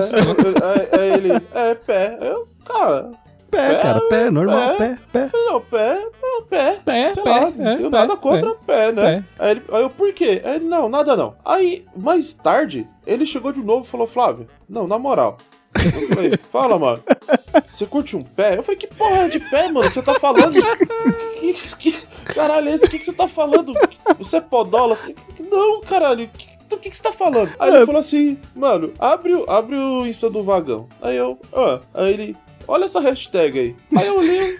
É, aí, aí ele, é pé. Eu, cara,
Pé,
pé,
cara. Pé, normal.
é.
Pé, pé.
não, pé, não, pé.
Pé,
Sei
pé,
lá,
é,
não tenho
pé,
nada contra pé, né?
pé.
Aí, ele, aí eu, por quê? Aí ele, não, nada não. Aí, mais tarde, ele chegou de novo e falou, Flávio, não, na moral. Eu falei, fala, mano, você curte um pé? Eu falei, que porra de pé, mano, você tá falando? Que, que, que- caralho, é esse, o que, que você tá falando? Você é podólatra? Não, caralho, que- do que, que você tá falando? Aí
É.
ele falou assim, mano, abre, o- abre o Insta do vagão. Aí eu, ah, aí ele, olha essa hashtag aí. Aí eu olhei,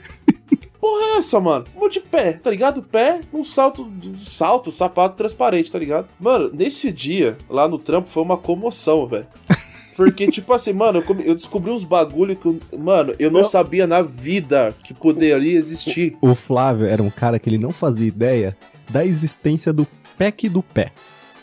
porra é essa, mano? Um monte de pé, tá ligado? Pé num salto, salto, sapato transparente, tá ligado? Mano, nesse dia, lá no trampo, foi uma comoção, velho. Porque, tipo assim, mano, eu, come- eu descobri uns bagulho que, eu- mano, eu não,
Não.
sabia na vida que poderia existir.
O Flávio era um cara que ele não fazia ideia da existência do PEC do pé.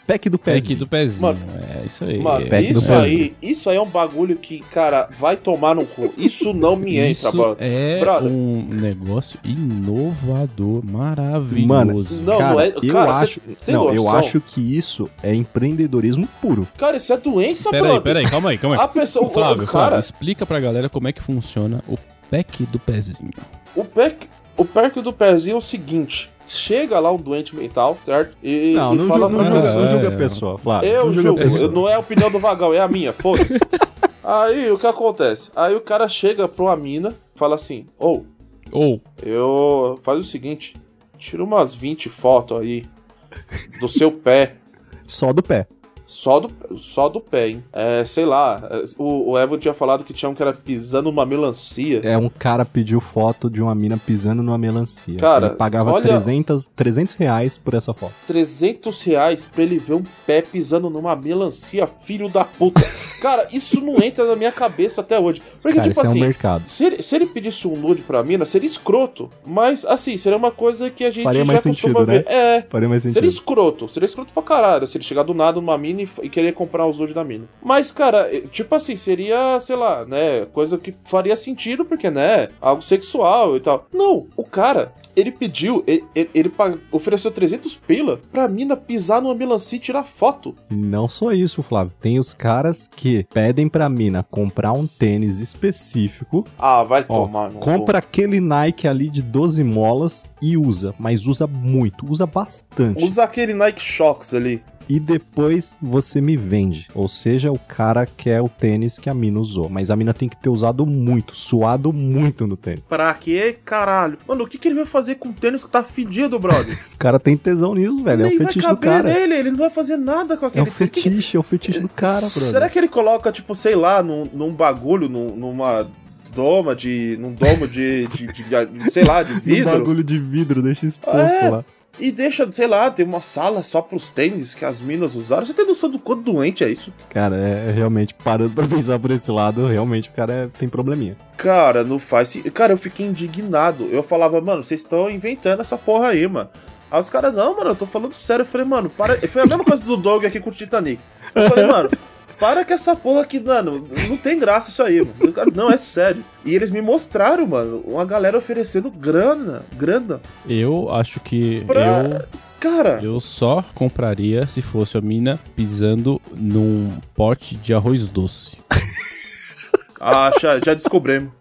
Pack do
Pack
pezinho.
do pezinho.
Mano,
é isso aí.
Mano,
é pack do
isso
pezinho.
aí, isso aí é um bagulho que, cara, vai tomar no cu. Isso não me entra,
Isso
mano.
é
Brother.
um negócio inovador, maravilhoso.
Mano,
Não,
cara,
não é-
eu
cara,
acho,
cê- cê
não,
tem
eu
noção?
acho que isso é empreendedorismo puro.
Cara, isso é doença,
peraí,
brother.
peraí, calma aí, calma aí.
A pessoa, Ah, o-
Flávio,
o
Flávio,
cara,
explica pra galera como é que funciona o pack do pezinho.
o pack, o pack do pezinho é o seguinte: chega lá um doente mental, certo? E,
Não,
e
não,
fala
julga, não,
pra
julga,
pessoa,
não
é,
julga a pessoa, Flávio.
Eu
não julga a
julgo,
pessoa.
eu- não é a opinião do vagão, é a minha, foda-se. Aí o que acontece? Aí o cara chega pra uma mina, fala assim: Ô,
Ou,
eu. Faz o seguinte, tira umas 20 fotos aí do seu pé.
Só do pé.
Só do, só do pé, hein? É, sei lá, é, o, o Evan tinha falado que tinha um que era pisando uma melancia.
É um cara pediu foto de uma mina pisando numa melancia.
Cara,
Ele pagava
olha-
300, 300 reais por essa foto.
300 reais pra ele ver um pé pisando numa melancia, filho da puta. Cara, isso não entra na minha cabeça até hoje. Porque,
Cara,
tipo
isso
assim,
é um mercado.
se, ele, se ele pedisse um nude pra mina, seria escroto. Mas, assim, seria uma coisa que a gente
Faria
já
mais
costuma
sentido, né?
ver. É.
Faria mais sentido.
Seria escroto, seria escroto pra caralho se ele chegar do nada numa mina e, e querer comprar os nudes da mina. Mas, cara, eh, tipo assim, seria, sei lá, né, coisa que faria sentido, porque, né, algo sexual e tal. Não, o cara, ele pediu, ele, ele- ele pag- ofereceu 300 pila pra mina pisar numa melancia e tirar foto.
Não só isso, Flávio. Tem os caras que pedem pra mina comprar um tênis específico.
Ah, vai
Ó,
tomar. no cu.
compra aquele Nike ali de 12 molas e usa. Mas usa muito, usa bastante.
Usa aquele Nike Shox ali.
E depois você me vende. Ou seja, o cara quer o tênis que a mina usou. Mas a mina tem que ter usado muito, suado muito no tênis.
Pra quê, caralho? Mano, o que, que ele vai fazer com o tênis que tá fedido, brother?
O cara tem tesão nisso, velho. é
Nem
o
vai
fetiche do
caber
cara.
nele, ele não vai fazer nada com
É
aquele
o
tênis. Que que-
fetiche, é o fetiche do cara, brother.
Será que ele coloca, tipo, sei lá, num, num bagulho, num- numa doma de. num domo de. de- de- de- sei lá, de
Um
é vidro?
bagulho de vidro, deixa exposto
É.
lá.
E deixa, sei lá, tem uma sala só pros tênis que as minas usaram. Você tem noção do quanto doente é isso?
Cara, é realmente, parando pra pensar por esse lado, realmente o cara é- tem probleminha.
Cara, não faz. se- Cara, eu fiquei indignado. Eu falava, mano, vocês estão inventando essa porra aí, mano. Aí os caras, não, mano, eu tô falando sério. Eu falei, mano, para. Foi a mesma coisa do Doug aqui com o Titanic. Eu falei, mano, para com essa porra aqui, mano. Não tem graça isso aí, mano. Cara, Não, é sério. E eles me mostraram, mano, uma galera oferecendo grana. Grana.
eu acho que
Pra- Cara,
eu, eu só compraria se fosse a mina pisando num pote de arroz doce.
ah, já, já descobrimos.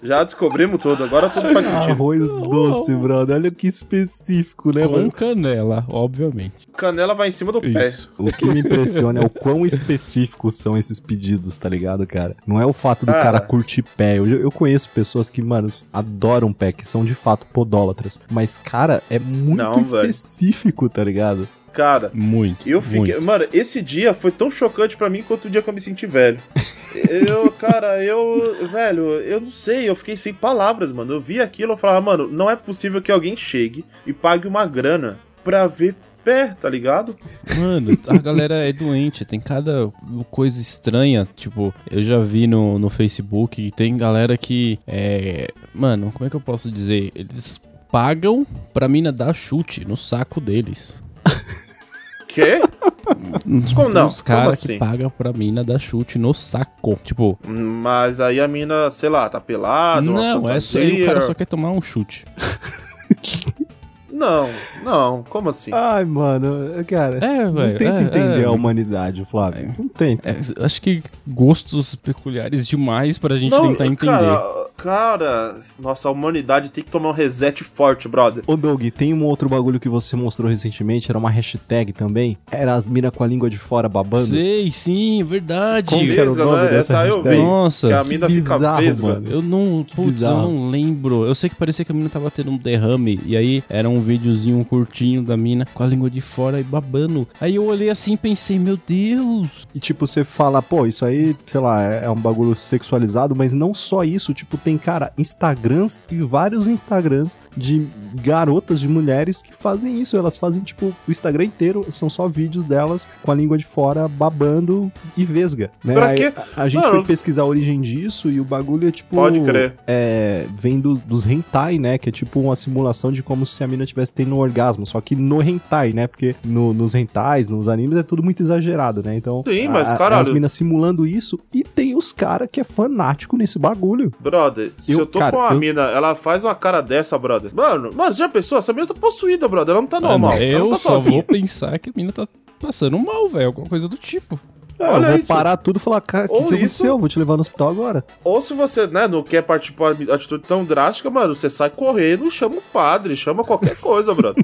Já descobrimos tudo, agora tudo faz
Ah,
sentido.
Arroz doce, brother. Olha que específico, né,
Com
mano?
canela, obviamente.
Canela vai em cima do pé.
Isso.
O que me impressiona é o quão específicos são esses pedidos, tá ligado, cara? Não é o fato do
Cara.
cara curtir pé. Eu, eu conheço pessoas que, mano, adoram pé, que são de fato podólatras. Mas, cara, é muito
Não, velho.
específico, tá ligado?
Cara,
Muito.
Eu fiquei.
muito.
Mano, esse dia foi tão chocante pra mim quanto o dia que eu me senti velho. Eu, cara, eu. Velho, eu não sei, eu fiquei sem palavras, mano. Eu vi aquilo, eu falava, mano, não é possível que alguém chegue e pague uma grana pra ver pé, tá ligado?
Mano, a galera é doente, tem cada coisa estranha. Tipo, eu já vi no, no Facebook que tem galera que. É. Mano, como é que eu posso dizer? Eles pagam pra mina dar chute no saco deles.
Quê? Como não?
Os caras
Como
que
assim?
pagam pra mina dar chute no saco. Tipo,
Mas aí a mina, sei lá, tá pelada. uma
não, é só.
fantasia.
O cara só quer tomar um chute.
Não, não, como assim?
Ai, mano, cara.
É, velho.
não tenta
é,
entender um
é.
a humanidade, Flávio. Não tenta.
É, acho que gostos peculiares demais pra gente tentar entender.
Cara, cara, nossa, a humanidade tem que tomar um reset forte, brother.
Ô Doug, tem um outro bagulho que você mostrou recentemente, era uma hashtag também. Era as minas com a língua de fora babando.
Sei, sim, é verdade.
Como que era o
Vesga,
nome
né?
dessa
Essa eu vi.
hashtag?
Que a
Nossa,
mina fica
bizarro,
vesga.
mano.
eu não,
Que
putz, eu
bizarro.
não lembro. Eu sei que parecia que a mina tava tendo um derrame e aí era um videozinho curtinho da mina com a língua de fora e babando. Aí eu olhei assim e pensei, meu Deus.
E tipo, você fala, pô, isso aí, sei lá, é é um bagulho sexualizado, mas não só isso, tipo, tem, cara, Instagrams e vários Instagrams de garotas, de mulheres que fazem isso. Elas fazem, tipo, o Instagram inteiro são só vídeos delas com a língua de fora babando e vesga, né?
Pra
É,
Aí,
quê?
A, a gente
Não.
foi pesquisar a origem disso e o bagulho é tipo.
Pode crer.
É, vem do- dos hentai, né? Que é tipo uma simulação de como se a mina tivesse tendo um orgasmo. Só que no hentai, né? Porque no- nos hentais, nos animes, é tudo muito exagerado, né? Então.
Sim, mas,
a-
caralho.
As minas simulando isso e tem os caras que é fanático nesse bagulho.
Brother, se eu,
Eu-
tô
cara,
com uma
eu-
mina, ela faz uma cara dessa, brother. Mano, mano, você já pensou? Essa mina tá possuída, brother. Ela não tá normal.
Mano,
ela não
eu
tá
só vou pensar que a mina tá passando mal, velho. Alguma coisa do tipo.
É, eu
Olha
vou
isso.
parar tudo e falar, cara, o que,
Ou
que
isso-
aconteceu? Eu Vou te levar no hospital agora.
Ou se você, né, não quer participar de atitude tão drástica, mano, você sai correndo e chama o padre, chama qualquer coisa, brother.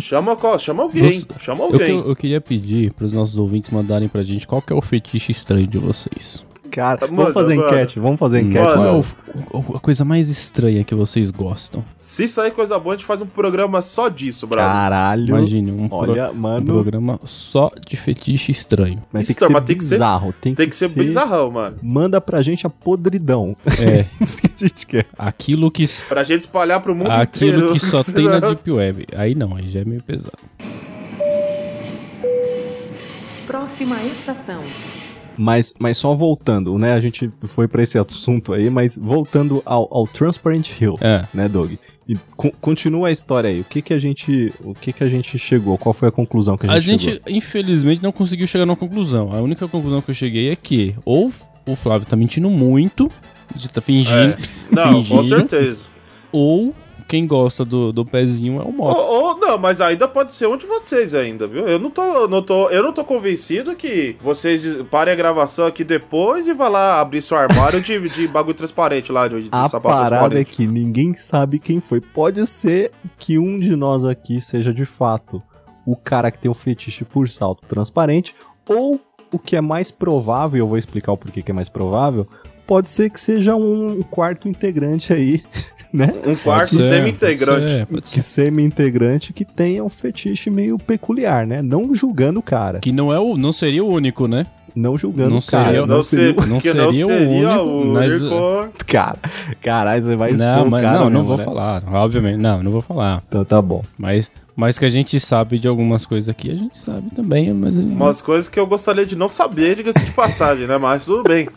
chama, qual- chama alguém,
Nossa,
chama
Eu, que-
alguém.
eu queria pedir pros nossos ouvintes mandarem pra gente qual que é o fetiche estranho de vocês.
Cara,
Mano,
vamos fazer
mano.
enquete, vamos fazer
Hum,
enquete.
Tá Mano.
qual é o- o- a coisa mais estranha que vocês gostam?
Se sair coisa boa, a gente faz um programa só disso, brother.
Caralho.
Imagine um, pro-
Olha,
um
mano.
programa só de fetiche estranho.
Mas tem
Isso, é,
que ser
mas tem que ser-
bizarro. Tem,
Tem que ser bizarrão, mano.
Manda pra gente a podridão.
É,
Isso que a gente quer.
aquilo que,
Pra gente espalhar pro mundo inteiro.
aquilo que só tem na Deep Web. Aí não, aí já é meio pesado.
Próxima estação.
Mas, mas só voltando, né? A gente foi pra esse assunto aí, mas voltando ao, ao Transparent Hill,
É.
né, Doug? E co- continua a história aí. O que que a gente, o que que a gente chegou? Qual foi a conclusão que a gente,
A gente,
chegou?
infelizmente, não conseguiu chegar numa conclusão. A única conclusão que eu cheguei é que ou o Flávio tá mentindo muito, de tá fingindo,
É. Não, com
fingindo,
certeza.
ou quem gosta do, do pezinho é o Mota.
Ou, ou não, mas ainda pode ser um de vocês ainda, viu? Eu não tô, não tô, eu não tô convencido que vocês parem a gravação aqui depois e vá lá abrir seu armário de, de bagulho transparente lá, de, de
A
sapato
parada é
transparente.
que ninguém sabe quem foi. Pode ser que um de nós aqui seja de fato o cara que tem o fetiche por salto transparente, ou o que é mais provável, eu vou explicar o porquê que é mais provável, pode ser que seja um quarto integrante aí, né?
Um quarto
Pode ser,
semi-integrante.
pode ser, pode ser.
que semi-integrante que tenha um fetiche meio peculiar, né? Não julgando o cara.
Que não, é o, não seria o único, né?
Não julgando
Não
o cara.
seria-
Não, sei,
o-
porque
não
não seria,
seria o
o
único,
único.
mas- eh,
Cara, caralho, você vai expor
não,
o
mas
cara
não, não
mesmo,
vou
né?
falar. Obviamente, não, não vou falar.
Então tá bom.
Mas, mas que a gente sabe de algumas coisas aqui, a gente sabe também, mas... a gente-
Umas coisas que eu gostaria de não saber, diga-se de passagem, né? Mas tudo bem.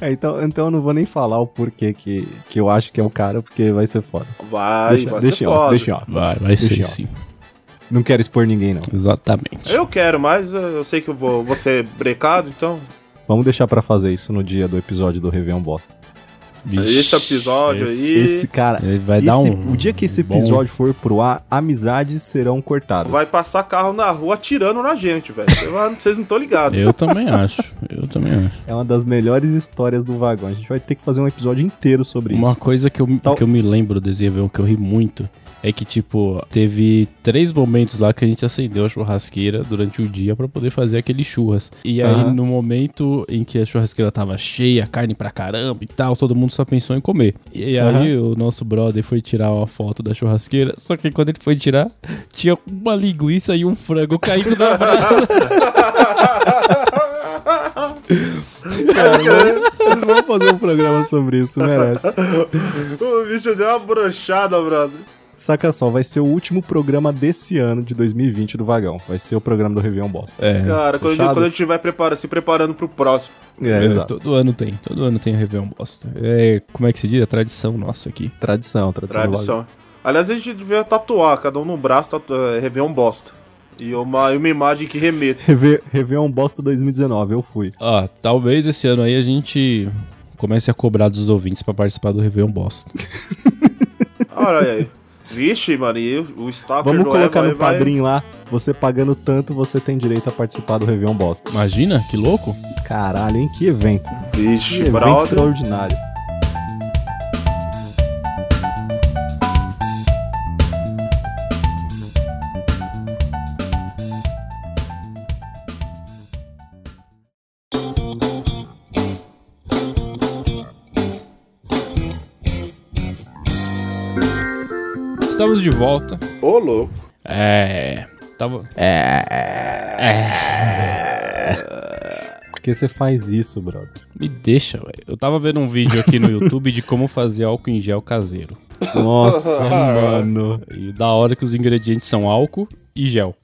É, então, então eu não vou nem falar o porquê que, que eu acho que é o cara, porque vai ser foda.
Vai,
deixa,
vai
deixa
ser
em off,
foda.
deixa em off.
Vai, vai ser
Deixa eu-
sim.
Não quero expor ninguém, não.
Exatamente.
Eu quero, mas eh, eu sei que eu vou, vou ser brecado, então.
Vamos deixar pra fazer isso no dia do episódio do Réveillon Bosta.
Vixe,
Esse episódio
esse-
aí
Esse cara.
Ele vai
esse-
dar um...
o dia que esse
bom-
episódio for pro ar, amizades serão cortadas.
vai passar carro na rua atirando na gente, velho. Vocês não estão ligados.
Eu também acho, eu também acho.
É uma das melhores histórias do vagão. A gente vai ter que fazer um episódio inteiro sobre
Uma
isso.
coisa que eu,
Tal-
que eu me lembro desse Réveillon, que eu ri muito, é que, tipo, teve três momentos lá que a gente acendeu a churrasqueira durante o dia pra poder fazer aquele churras. E aí,
Aham.
no momento em que a churrasqueira tava cheia, carne pra caramba e tal, todo mundo só pensou em comer. E aí, o nosso brother foi tirar uma foto da churrasqueira, só que quando ele foi tirar, tinha uma linguiça e um frango caindo na brasa.
Vamos fazer um programa sobre isso, merece.
O bicho deu uma brochada, brother.
Saca só, vai ser o último programa desse ano de 2020 do vagão. Vai ser o programa do Réveillon Bosta.
é,
Cara, quando,
fechado.
quando a gente estiver prepara, se preparando pro próximo.
É,
é, todo ano tem, todo ano tem Réveillon bosta. É, como é que se diz? É tradição nossa aqui.
Tradição, tradição. do vagão.
Tradição. Aliás, a gente devia tatuar, cada um no braço, tatu... é, rever um bosta. E uma, e uma imagem que remeta.
Reve- Réveillon Bosta 2019, eu fui.
Ah, talvez esse ano aí a gente comece a cobrar dos ouvintes pra participar do Réveillon Bosta.
Olha aí. Vixe, mano, e o Stalker
Vamos
do
colocar
Eva é,
no
vai-
padrinho lá. Você pagando tanto, você tem direito a participar do Réveillon Bosta.
Imagina, que louco.
Caralho, hein? Que evento. Que
Vixe,
evento
brother.
extraordinário.
Estamos de volta.
Ô, louco.
É. Tava. É.
que você faz isso, brother?
Me deixa, velho. Eu tava vendo um vídeo aqui no YouTube de como fazer álcool em gel caseiro.
Nossa, mano.
E da hora que os ingredientes são álcool e gel.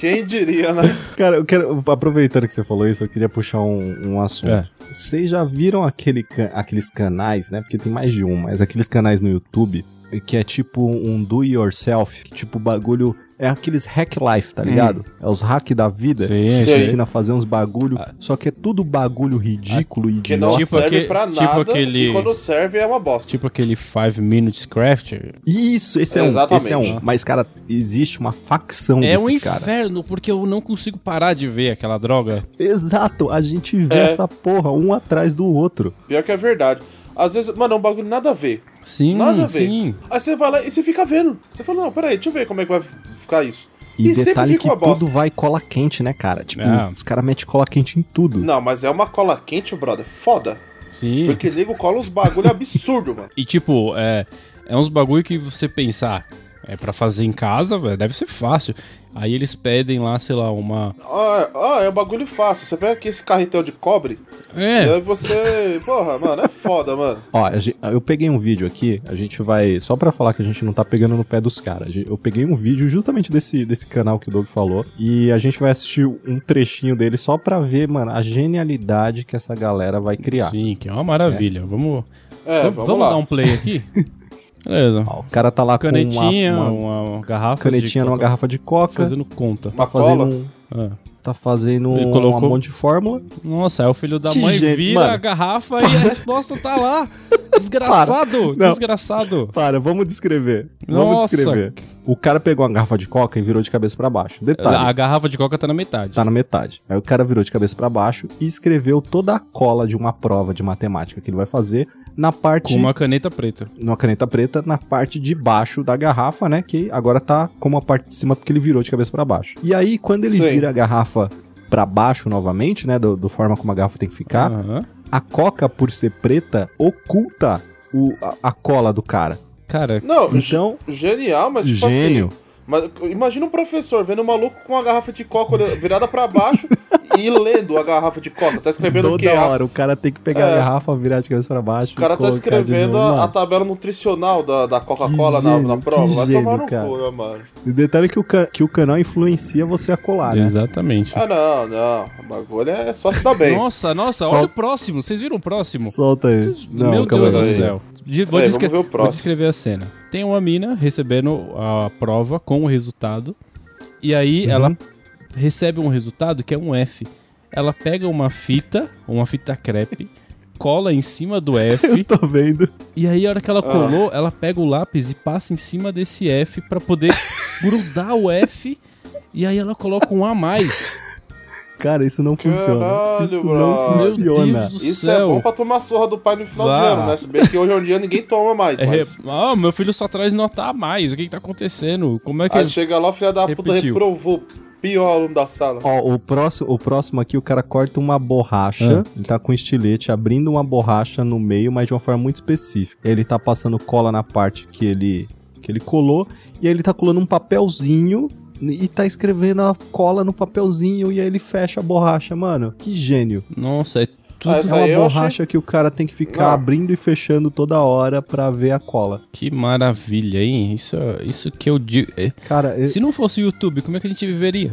Quem diria, né?
Cara, eu quero. Aproveitando que você falou isso, eu queria puxar um, um assunto.
É.
Vocês já viram aquele, ca- aqueles canais, né? Porque tem mais de um, mas aqueles canais no YouTube que é tipo um do yourself, que tipo bagulho. É aqueles hack life, tá ligado? É os hack da vida.
Uhum. Sim, Ah.
que
sim.
te ensina a fazer uns bagulho. Só que é tudo bagulho ridículo e
Ah, Que não
idiota.
Tipo
serve
aque-
pra
tipo
nada
aquele-
e quando serve é uma bosta.
Tipo aquele 5 Minutes Crafter.
Isso, esse é, um. Esse é um.
tipo- Exatamente.
Mas, cara, existe uma facção
É
desses
um
caras.
inferno, porque eu não consigo parar de ver aquela droga.
Exato, a gente vê
É.
essa porra um atrás do outro.
Pior que é verdade. Às vezes, mano, é um bagulho nada a ver.
Sim,
Nada a ver.
sim.
Aí você vai lá e você fica vendo. Você fala, não, peraí, deixa eu ver como é que vai ficar isso.
E,
sempre
detalhe
fica
que
uma bosta.
tudo vai cola quente, né, cara? Tipo,
Ah.
os caras metem cola quente em tudo.
Não, mas é uma cola quente, brother. Foda.
Sim.
Porque nego cola uns bagulho absurdo, mano.
E tipo, é, é uns bagulho que você pensar, é pra fazer em casa, velho, deve ser fácil. Aí eles pedem lá, sei lá, uma.
Ah, ah, é um bagulho fácil. Você pega aqui esse carretel de cobre e
É,
aí você. Porra, mano, é foda, mano.
Ó, a gen- eu peguei um vídeo aqui, a gente vai. Só pra falar que a gente não tá pegando no pé dos caras. a gen- Eu peguei um vídeo justamente desse, desse canal que o Doug falou. E a gente vai assistir um trechinho dele só pra ver, mano, a genialidade que essa galera vai criar.
sim, que é uma maravilha. Vamos,
É,
vamos,
vamos,
vamos
lá.
dar um play aqui? Beleza.
Ó, o cara tá lá
Canetinha,
com
uma,
uma, uma
garrafa.
canetinha
de
numa
Coca-
garrafa de coca.
Fazendo conta.
Tá
Uma
fazendo,
cola.
um,
Ah.
tá fazendo
Ele
um
colocou-
monte de fórmula.
Nossa, aí o filho da
Que
mãe
gênio,
vira
mano.
a garrafa e a resposta tá lá. Desgraçado,
Não.
desgraçado.
Para, vamos descrever.
Nossa.
Vamos descrever. O cara pegou uma garrafa de coca e virou de cabeça pra baixo. Detalhe.
A garrafa de coca tá na metade.
Tá na metade. Aí o cara virou de cabeça pra baixo e escreveu toda a cola de uma prova de matemática que ele vai fazer na parte
Com uma caneta preta.
numa caneta preta na parte de baixo da garrafa, né, que agora tá como a parte de cima porque ele virou de cabeça pra baixo. E aí quando ele
Sim.
vira a garrafa pra baixo novamente, né, do, do forma como a garrafa tem que ficar,
Aham.
a coca por ser preta oculta o, a, a cola do cara.
Cara,
Não,
Então,
g- genial, mas tipo
gênio.
assim. Mas imagina um professor vendo um maluco com uma garrafa de coca olhando- virada pra baixo e lendo a garrafa de coca. Tá escrevendo o quê?
Toda
A-
hora o cara tem que pegar a
É.
garrafa, virar de cabeça pra baixo.
O cara
e
tá
colocar de
escrevendo
novo,
a- a,
mano.
tabela nutricional da, da Coca-Cola
Que
na,
gênio,
na
que
prova. Vai tomar
gênio,
no
cara.
cu, né, mano?
O detalhe é que o, ca- que o canal influencia você a colar, né?
exatamente.
Ah, não, não. O bagulho é só se dar bem.
Nossa, nossa,
Só-
olha o próximo. Vocês viram o próximo?
Solta aí.
Meu
calma
Deus
aí.
do céu. De- vou,
Peraí,
descre-
vamos ver o
vou
próximo.
descrever a cena. Tem uma mina recebendo a prova com o resultado. E
Uhum.
aí ela recebe um resultado que é um F. Ela pega uma fita, uma fita crepe, cola em cima do F.
Tô vendo.
e aí, a hora que
Ah.
ela colou, ela pega o lápis e passa em cima desse F pra poder grudar o F. E aí ela coloca um a mais.
Cara, isso não funciona.
Caralho,
Isso não
brother.
Meu
funciona.
Deus do
Isso é
céu.
bom pra tomar surra do pai no final
Vá.
de ano, né? Se bem que hoje em dia ninguém toma mais.
É,
mas...
ah, meu filho só traz nota a mais. O que, que tá acontecendo? Como é que.
Aí chega lá, o filho da puta
Repetiu.
reprovou o pior aluno da sala.
Ó, o próximo, o próximo aqui, o cara corta uma borracha.
Ah.
Ele tá com um estilete, abrindo uma borracha no meio, mas de uma forma muito específica. Ele tá passando cola na parte que ele, que ele colou, e aí ele tá colando um papelzinho e tá escrevendo a cola no papelzinho, e aí ele fecha a borracha, mano. Que gênio.
Nossa, é tudo
Ah,
É
Isso
uma
aí eu
borracha que o cara tem que ficar
Não.
abrindo e fechando toda hora pra ver a cola.
Que maravilha, hein? Isso, isso que eu digo. é,
Cara, eu-
Se não fosse o YouTube, como é que a gente viveria?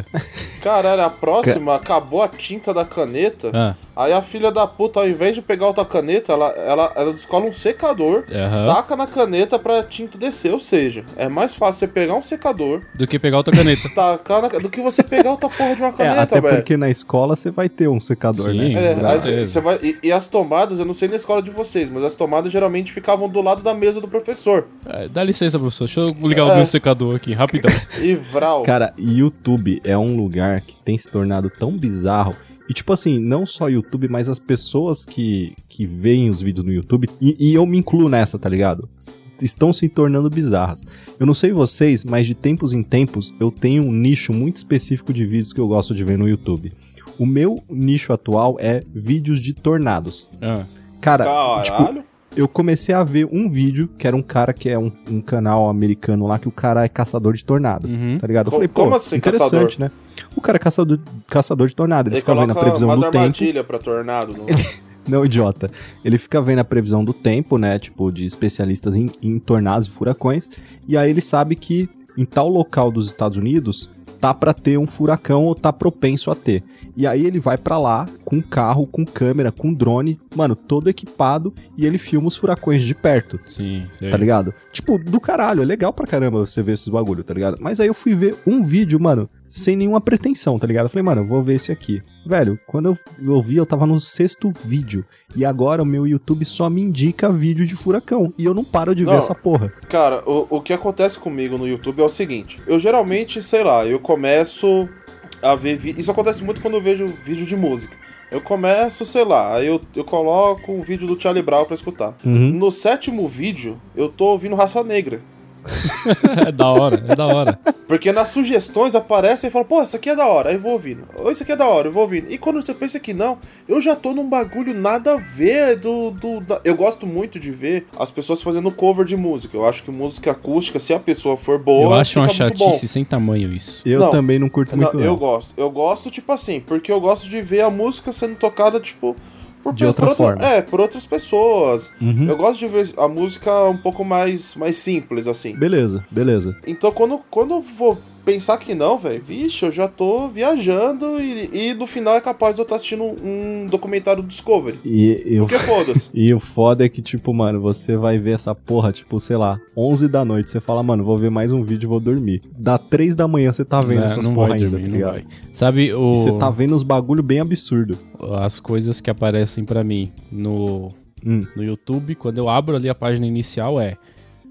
Caralho, a próxima acabou a tinta da
É.
caneta.
Ah,
Aí a filha da puta, ao invés de pegar outra caneta, ela, ela, ela descola um secador,
aham.
taca na caneta pra tinta descer. Ou seja, é mais fácil você pegar um secador,
Do que pegar outra caneta.
tacar na, do que você pegar outra porra de uma
é,
caneta,
até
velho.
porque na escola você vai ter um secador,
Sim.
né?
É,
Com
aí você-
certeza.
você vai, e, e as tomadas, eu não sei na escola de vocês, mas as tomadas geralmente ficavam do lado da mesa do professor.
É, Dá licença, professor. Deixa eu ligar
É.
o meu secador aqui, rapidão.
E Vral.
Cara, YouTube é um lugar que tem se tornado tão bizarro. E tipo assim, não só YouTube, mas as pessoas que, que veem os vídeos no YouTube, e, e eu me incluo nessa, tá ligado? S- Estão se tornando bizarras. Eu não sei vocês, mas de tempos em tempos eu tenho um nicho muito específico de vídeos que eu gosto de ver no YouTube. O meu nicho atual é vídeos de tornados.
Ah,
Cara,
Tá.
tipo,
Caralho.
eu comecei a ver um vídeo que era um cara que é um, um canal americano lá que o cara é caçador de tornado.
uhum.
Tá ligado? Eu
Co-
falei, pô,
como assim,
interessante, né? o cara é caçador, caçador de tornado. Ele,
Ele
fica vendo a
coloca
previsão
umas
do tempo.
armadilha pra tornado. não?
Não, idiota. Ele fica vendo a previsão do tempo, né? Tipo, de especialistas em, em tornados e furacões. E aí ele sabe que em tal local dos Estados Unidos tá pra ter um furacão ou tá propenso a ter. E aí ele vai pra lá com carro, com câmera, com drone, mano, todo equipado e ele filma os furacões de perto.
Sim, sim.
Tá ligado? Tipo, do caralho, é legal pra caramba você ver esses bagulho, tá ligado? Mas aí eu fui ver um vídeo, mano, sem nenhuma pretensão, tá ligado? Eu falei, mano, eu vou ver esse aqui. Velho, quando eu, eu vi, eu tava no sexto vídeo. E agora o meu YouTube só me indica vídeo de furacão. E eu não paro de
Não.
ver essa porra.
Cara, o, o que acontece comigo no YouTube é o seguinte: eu geralmente, sei lá, eu começo a ver. vi- Isso acontece muito quando eu vejo vídeo de música. Eu começo, sei lá, aí eu, eu coloco um vídeo do Charlie Brown pra escutar.
Uhum.
No sétimo vídeo, eu tô ouvindo Raça Negra.
É da hora, é da hora.
Porque nas sugestões aparece e fala, pô, isso aqui é da hora, aí eu vou ouvindo. Ou isso aqui é da hora, eu vou ouvindo. E quando você pensa que não, eu já tô num bagulho nada a ver do. do da- Eu gosto muito de ver as pessoas fazendo cover de música. Eu acho que música acústica, se a pessoa for boa,
eu acho uma
fica muito bom.
chatice sem tamanho isso.
Eu
Não.
também não curto muito,
Não,
não.
eu gosto. Eu gosto, tipo assim, porque eu gosto de ver a música sendo tocada, tipo. Por,
De outra forma.
É, por outras pessoas.
Uhum.
Eu gosto de ver a música um pouco mais, mais simples, assim.
Beleza, beleza.
Então quando, quando eu vou pensar que não, velho, vixe, eu já tô viajando e, e no final é capaz de eu estar assistindo um documentário do Discovery.
E eu...
Porque foda-se.
E o foda é que, tipo, mano, você vai ver essa porra, tipo, sei lá, 11 da noite. Você fala, mano, vou ver mais um vídeo e vou dormir. Dá 3 da manhã você tá vendo
Não,
essas
Né, não
porra
vai
ainda,
dormir,
tá
não
ligado?
vai. Sabe o,
E você tá vendo os bagulho bem absurdo.
as coisas que aparecem pra mim no,
Hum.
no YouTube, quando eu abro ali a página inicial é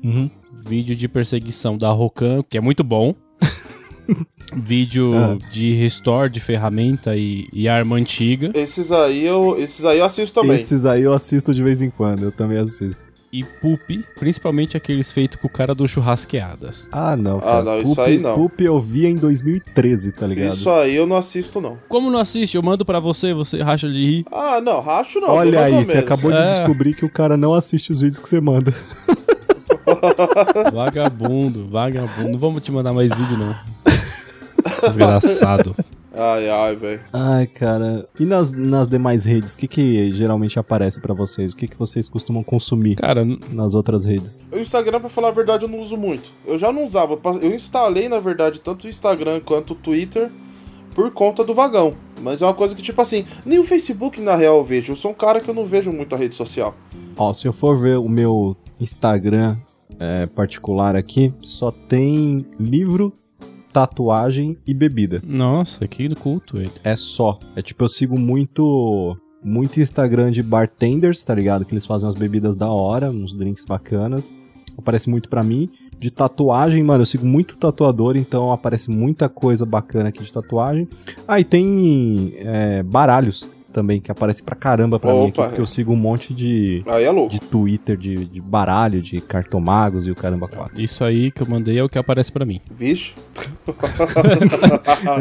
Uhum.
vídeo de perseguição da Rocan, que é muito bom. vídeo
Ah.
de restore de ferramenta e, e arma antiga.
Esses aí eu. Esses aí eu assisto também.
Esses aí eu assisto de vez em quando, eu também assisto.
E poop, principalmente aqueles feitos com o cara do churrasqueadas.
Ah, não,
Ah,
cara.
não, isso aí não.
Poop eu via em 2013, tá ligado?
Isso aí eu não assisto, não.
Como não assiste, eu mando pra você, você racha de rir.
Ah, não, racho não. bem
Olha
mais ou
aí, você
menos.
acabou de
É.
descobrir que o cara não assiste os vídeos que você manda.
Vagabundo, vagabundo. Não vamos te mandar mais vídeo, não. Desgraçado.
Ai, ai, velho.
Ai, cara. E nas, nas demais redes, o que, que geralmente aparece pra vocês? O que, que vocês costumam consumir
Cara, n-
nas outras redes?
O Instagram, pra falar a verdade, eu não uso muito. Eu já não usava. pa- Eu instalei, na verdade, tanto o Instagram quanto o Twitter por conta do vagão. Mas é uma coisa que, tipo assim, nem o Facebook, na real, eu vejo. Eu sou um cara que eu não vejo muita rede social.
Ó, se eu for ver o meu Instagram é, particular aqui, só tem livro, tatuagem e bebida.
nossa, que culto ele.
é só. É tipo, eu sigo muito muito Instagram de bartenders, tá ligado? Que eles fazem umas bebidas da hora, uns drinks bacanas. Aparece muito pra mim. De tatuagem, mano, eu sigo muito tatuador, então aparece muita coisa bacana aqui de tatuagem. Ah, e tem é, baralhos também, que aparece pra caramba pra mim aqui,
Opa,
porque
é.
eu sigo um monte de,
Aí é louco.
de Twitter, de, de baralho, de cartomagos e o caramba quatro.
Isso aí que eu mandei é o que aparece pra mim.
Vixe.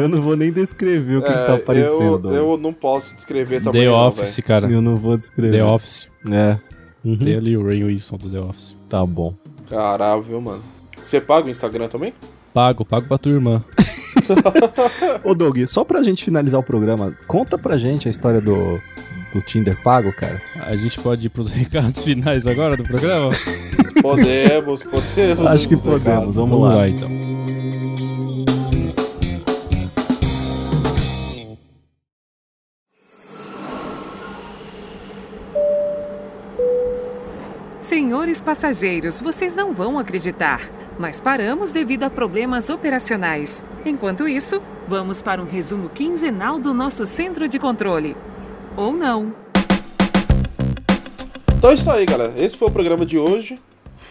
Eu não vou nem descrever o que, que
Ah. É,
tá aparecendo.
eu,
Douglas.
eu não posso descrever também.
The
não,
Office,
velho.
cara.
Eu não vou descrever.
The Office.
É. Uhum.
Tem ali o Ray Wilson do The Office.
Tá bom.
Caralho, viu, mano. Você paga o Instagram também?
Pago, pago pra tua irmã.
Ô Doug, só pra gente finalizar o programa, conta pra gente a história do, do Tinder pago, cara.
A gente pode ir pros recados finais agora do programa?
Podemos, podemos.
Acho que
Obrigado.
podemos, vamos,
Vamos
lá.
lá, então.
Senhores passageiros, vocês não vão acreditar, mas paramos devido a problemas operacionais. Enquanto isso, vamos para um resumo quinzenal do nosso centro de controle. Ou não.
Então é isso aí, galera. Esse foi o programa de hoje.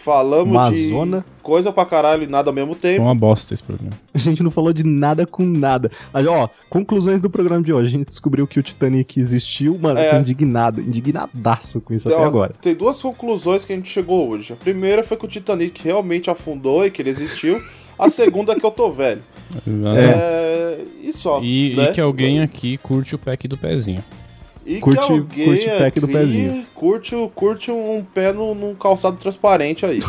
Falamos
Uma
de
zona.
coisa pra caralho e nada ao mesmo
Foi
tempo.
É uma bosta esse programa.
A gente não falou de nada com nada. Mas, ó, conclusões do programa de hoje. A gente descobriu que o Titanic existiu, mano, eu
É.
tô indignado, indignadaço com isso
Então,
até agora.
Tem duas conclusões que a gente chegou hoje. A primeira foi que o Titanic realmente afundou e que ele existiu. A segunda é que eu tô velho. É. E só.
E,
né?
e que alguém aqui curte o pack do pezinho.
E que
curte-
alguém
curte o pack do
aqui
pezinho.
Curte, o- curte um pé no- num calçado transparente aí.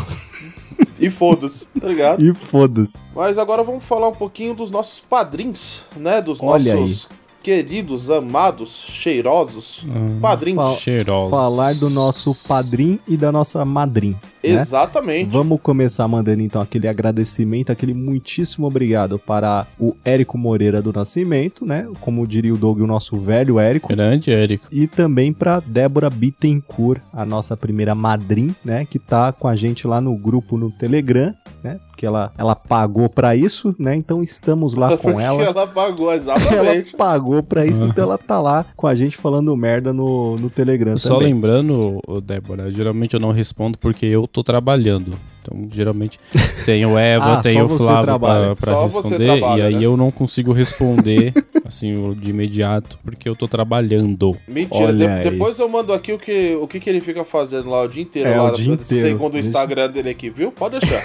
E foda-se, tá ligado?
E foda-se.
Mas agora vamos falar um pouquinho dos nossos padrinhos, né? Dos
Olha
nossos queridos, amados, cheirosos
Hum,
padrinhos.
fala-
Cheirosos.
Falar do nosso padrinho e da nossa madrinha. Né?
Exatamente.
Vamos começar mandando então aquele agradecimento, aquele muitíssimo obrigado para o Érico Moreira do Nascimento, né? Como diria o Doug, o nosso velho Érico.
Grande Érico.
E também para Débora Bittencourt, a nossa primeira madrim, né? Que tá com a gente lá no grupo no Telegram, né? Porque ela, ela pagou para isso, né? Então estamos lá com
Porque
ela.
ela pagou,
Ela
exatamente.
pagou pra isso, então ela tá lá com a gente falando merda no, no Telegram
Só
também.
lembrando, ô, Débora, geralmente eu não respondo porque eu tô trabalhando. Então, geralmente, tem o Eva,
Ah,
tem
só
o
você
Flávio
trabalha.
pra, pra
Só você
responder.
trabalha,
e aí
né?
eu não consigo responder, assim, de imediato, porque eu tô trabalhando.
Mentira,
Olha
de-
aí.
depois eu mando aqui o que, o que, que ele fica fazendo lá o dia inteiro,
É,
lá
o dia inteiro.
segundo o
Deixa-
Instagram dele aqui, viu? Pode deixar.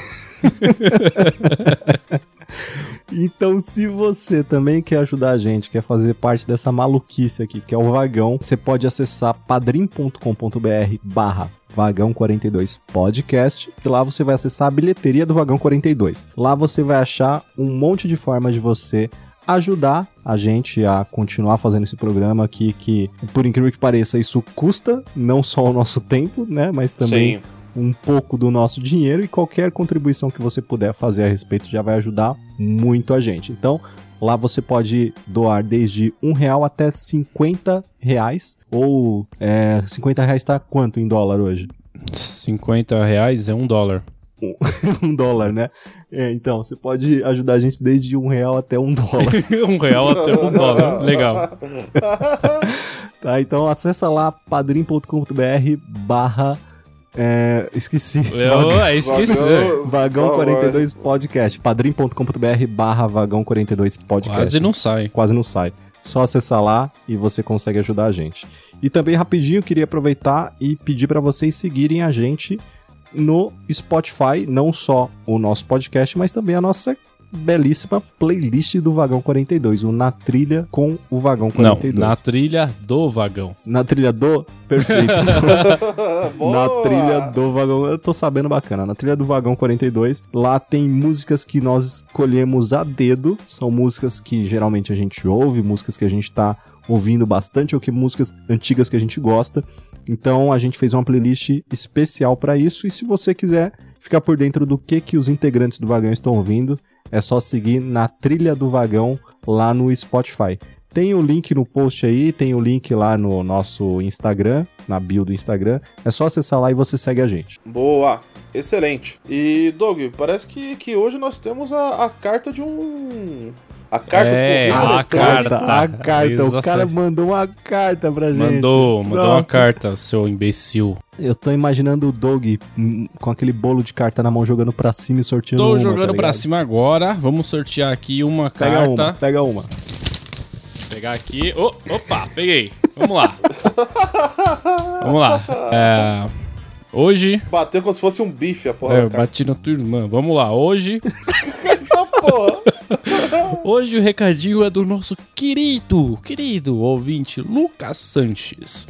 Então, se você também quer ajudar a gente, quer fazer parte dessa maluquice aqui, que é o vagão, você pode acessar padrim.com.br barra Vagão 42 Podcast, que lá você vai acessar a bilheteria do Vagão 42. Lá você vai achar um monte de formas de você ajudar a gente a continuar fazendo esse programa aqui, que, por incrível que pareça, isso custa não só o nosso tempo, né, mas também
Sim.
um pouco do nosso dinheiro e qualquer contribuição que você puder fazer a respeito já vai ajudar muito a gente. Então, lá você pode doar desde um real até 50 reais. Ou é, 50 reais tá quanto em dólar hoje?
50 reais é um dólar.
um dólar, né? É, então, você pode ajudar a gente desde um real até um dólar.
um real até um dólar. Legal.
tá? Então acessa lá padrim.com.br barra. é, esqueci.
Eu, é, esqueci.
Vagão
Vagão 42 Podcast, padrim.com.br barra vagão 42 podcast.
Quase não sai.
Quase não sai. Só acessar lá e você consegue ajudar a gente. E também rapidinho, queria aproveitar e pedir para vocês seguirem a gente no Spotify, não só o nosso podcast, mas também a nossa belíssima playlist do Vagão 42, o Na Trilha com o Vagão
Não,
42.
na trilha do vagão.
na trilha do... Perfeito. Na trilha do vagão, eu tô sabendo bacana. Na trilha do vagão 42, lá tem músicas que nós escolhemos a dedo, são músicas que geralmente a gente ouve, músicas que a gente tá ouvindo bastante ou que músicas antigas que a gente gosta. Então a gente fez uma playlist especial pra isso e se você quiser ficar por dentro do que que os integrantes do vagão estão ouvindo, é só seguir na trilha do vagão lá no Spotify. Tem o link no post aí, tem o link lá no nosso Instagram, na bio do Instagram. É só acessar lá e você segue a gente.
Boa, excelente. E, Doug, parece que, que hoje nós temos a, a carta de um. A carta
É,
corrida
a
eletrônica.
carta.
a carta. O
Exatamente.
cara mandou uma carta pra gente.
Mandou, mandou uma
Nossa.
carta, seu imbecil.
Eu tô imaginando o Doug hum, com aquele bolo de carta na mão jogando pra cima e sorteando
Tô
uma,
jogando
tá
pra
ligado?
cima agora. Vamos sortear aqui uma
Pega
carta.
uma, pega uma.
Pegar aqui. Ô, opa, peguei. Vamos lá. Vamos lá. É, hoje.
Bateu como se fosse um bife a porra.
É,
da
eu
carta.
bati na tua irmã. Vamos lá. Hoje.
Porra.
Hoje o recadinho é do nosso querido, querido ouvinte, Lucas Sanches.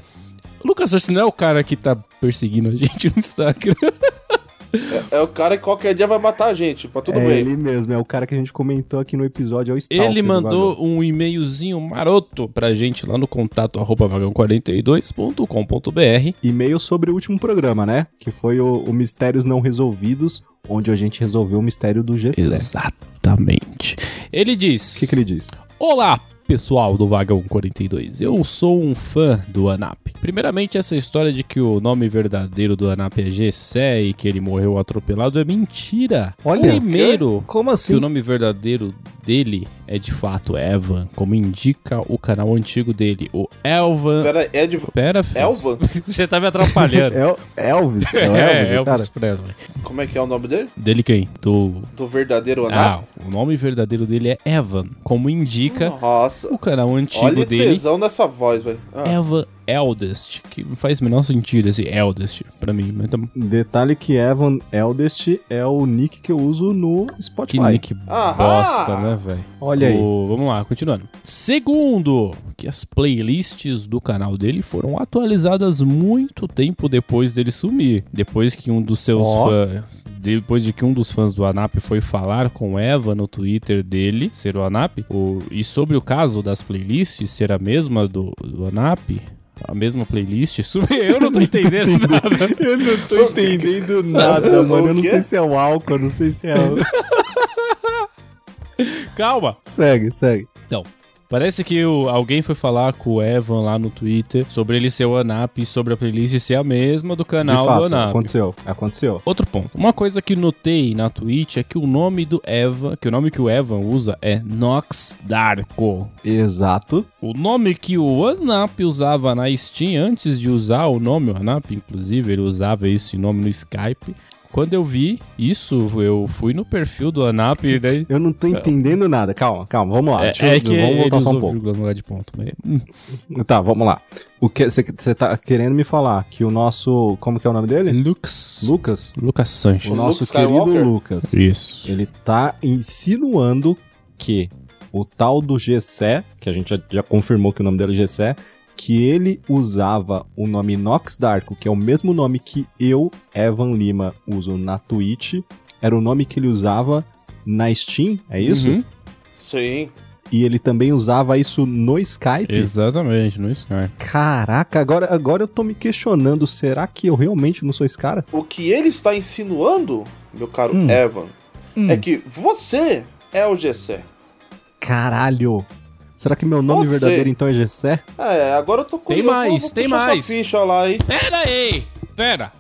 O Lucas Sanches não é o cara que tá perseguindo a gente no Instagram.
Tá,
É o cara que qualquer dia vai matar a gente, mas tudo
é
bem.
ele mesmo, é o cara que a gente comentou aqui no episódio, é o Stalker
Ele
do Vagão.
mandou um e-mailzinho maroto pra gente lá no contato arroba vagão42.com.br.
e-mail sobre o último programa, né? Que foi o, o Mistérios Não Resolvidos, onde a gente resolveu o mistério do
é.
G7.
Exatamente. Ele diz:
O que, que ele diz?
Olá, pessoal do Vagão 42. Eu sou um fã do ANAP. Primeiramente, essa história de que o nome verdadeiro do ANAP é Gessé e que ele morreu atropelado é mentira.
Olha,
Primeiro,
Como
que o
assim?
nome verdadeiro dele é de fato Evan, como indica o canal antigo dele, o Elvan.
Pera, é de.
Pera, filho.
Elvan?
Você tá me atrapalhando.
El Elvis? É, o Elvis,
É,
o cara.
Elvis Presley.
Como é que é o nome dele?
Dele quem? Do.
Do verdadeiro Aná?
Ah, o nome verdadeiro dele é Evan, como indica
Nossa.
o canal antigo
Olha o
dele, É
tesão nessa voz, velho. Ah,
Evan Eldest, que não faz o menor sentido esse Eldest pra mim, mas tá
Detalhe que Evan Eldest é o nick que eu uso no Spotify.
que nick
Ah, Ahá!
Ah!
bosta, né, velho?
Olha aí.
O- vamos lá, continuando. Segundo, que as playlists do canal dele foram atualizadas muito tempo depois dele sumir. Depois que um dos seus
Ó.
fãs. Depois de que um dos fãs do ANAP foi falar com Eva no Twitter dele, ser o ANAP, o- e sobre o caso das playlists ser a mesma do, do ANAP. A mesma playlist? Sumiu, eu não tô entendendo nada.
Eu não tô entendendo nada, mano. Eu não
O quê?
sei se é o álcool, eu não sei se é o...
Calma.
segue, segue.
Parece que o- alguém foi falar com o Evan lá no Twitter sobre ele ser o ANAP e sobre a playlist ser a mesma do
De
canal do
fato,
ANAP.
aconteceu, aconteceu.
Outro ponto. Uma coisa que notei na Twitch é que o nome do Evan, que o nome que o Evan usa é Nox Darko.
Exato.
O nome que o ANAP usava na Steam antes de usar o nome, o ANAP, inclusive, ele usava esse nome no Skype. Quando eu vi isso, eu fui no perfil do ANAP e daí
Eu não tô entendendo nada. Calma, calma, vamos lá.
é,
Deixa eu-
é que
vamos
ele
voltar só
usou
um pouco.
vírgula no lugar de ponto. mas- hum.
Tá, vamos lá. O que você tá querendo me falar? Que o nosso. Como que é o nome dele?
Lux.
Lucas.
Lucas Sanches.
O nosso
Luke
querido
Skywalker?
Lucas.
Isso.
Ele tá insinuando que o tal do Gessé, que a gente já, já confirmou que o nome dele é Gessé, que ele usava o nome Nox Darko, que é o mesmo nome que eu, Evan Lima, uso na Twitch. Era o nome que ele usava na Steam, é isso?
Uhum,
Sim.
E ele também usava isso no Skype.
Exatamente, no Skype.
Caraca, agora, agora eu tô me questionando, será que eu realmente não sou esse cara?
O que ele está insinuando, meu caro
Hum.
Evan, é que você é o Gessé.
Caralho! Será que meu nome
Você.
verdadeiro então é Gessé?
É, agora eu tô com
Tem mais, tem mais.
Essa ficha lá, hein?
Pera aí! Pera!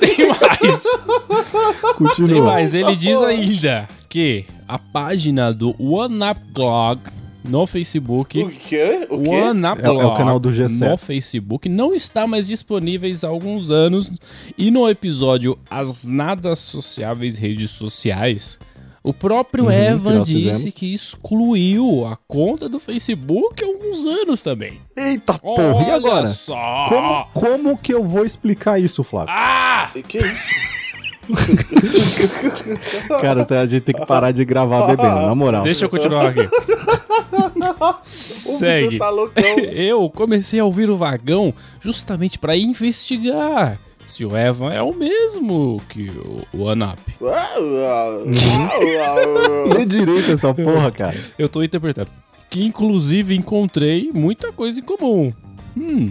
Tem mais! Tem
Continua.
mais! Ele diz ainda que a página do OneUpGlog no
O
Facebook.
quê? O quê?
OneUpGlog
É- é o canal do G7.
no Facebook não está mais disponíveis há alguns anos. E no episódio As Nada Sociáveis Redes Sociais. O próprio
Uhum, que
Evan
nós
disse
fizemos.
que excluiu a conta do Facebook há alguns anos também.
Eita porra,
Olha
e agora?
Só.
Como, como que eu vou explicar isso, Flávio?
Ah!
E Que isso?
Cara, a gente tem que parar de gravar bebendo, na moral.
Deixa eu continuar aqui.
O
Segue.
bicho tá loucão.
Eu comecei a ouvir o vagão justamente para investigar se o Evan é o mesmo que o- o Anap.
Uau, uau, uau, uau.
Lê direito essa porra, cara.
Eu tô interpretando. Que inclusive encontrei muita coisa em comum. Hum.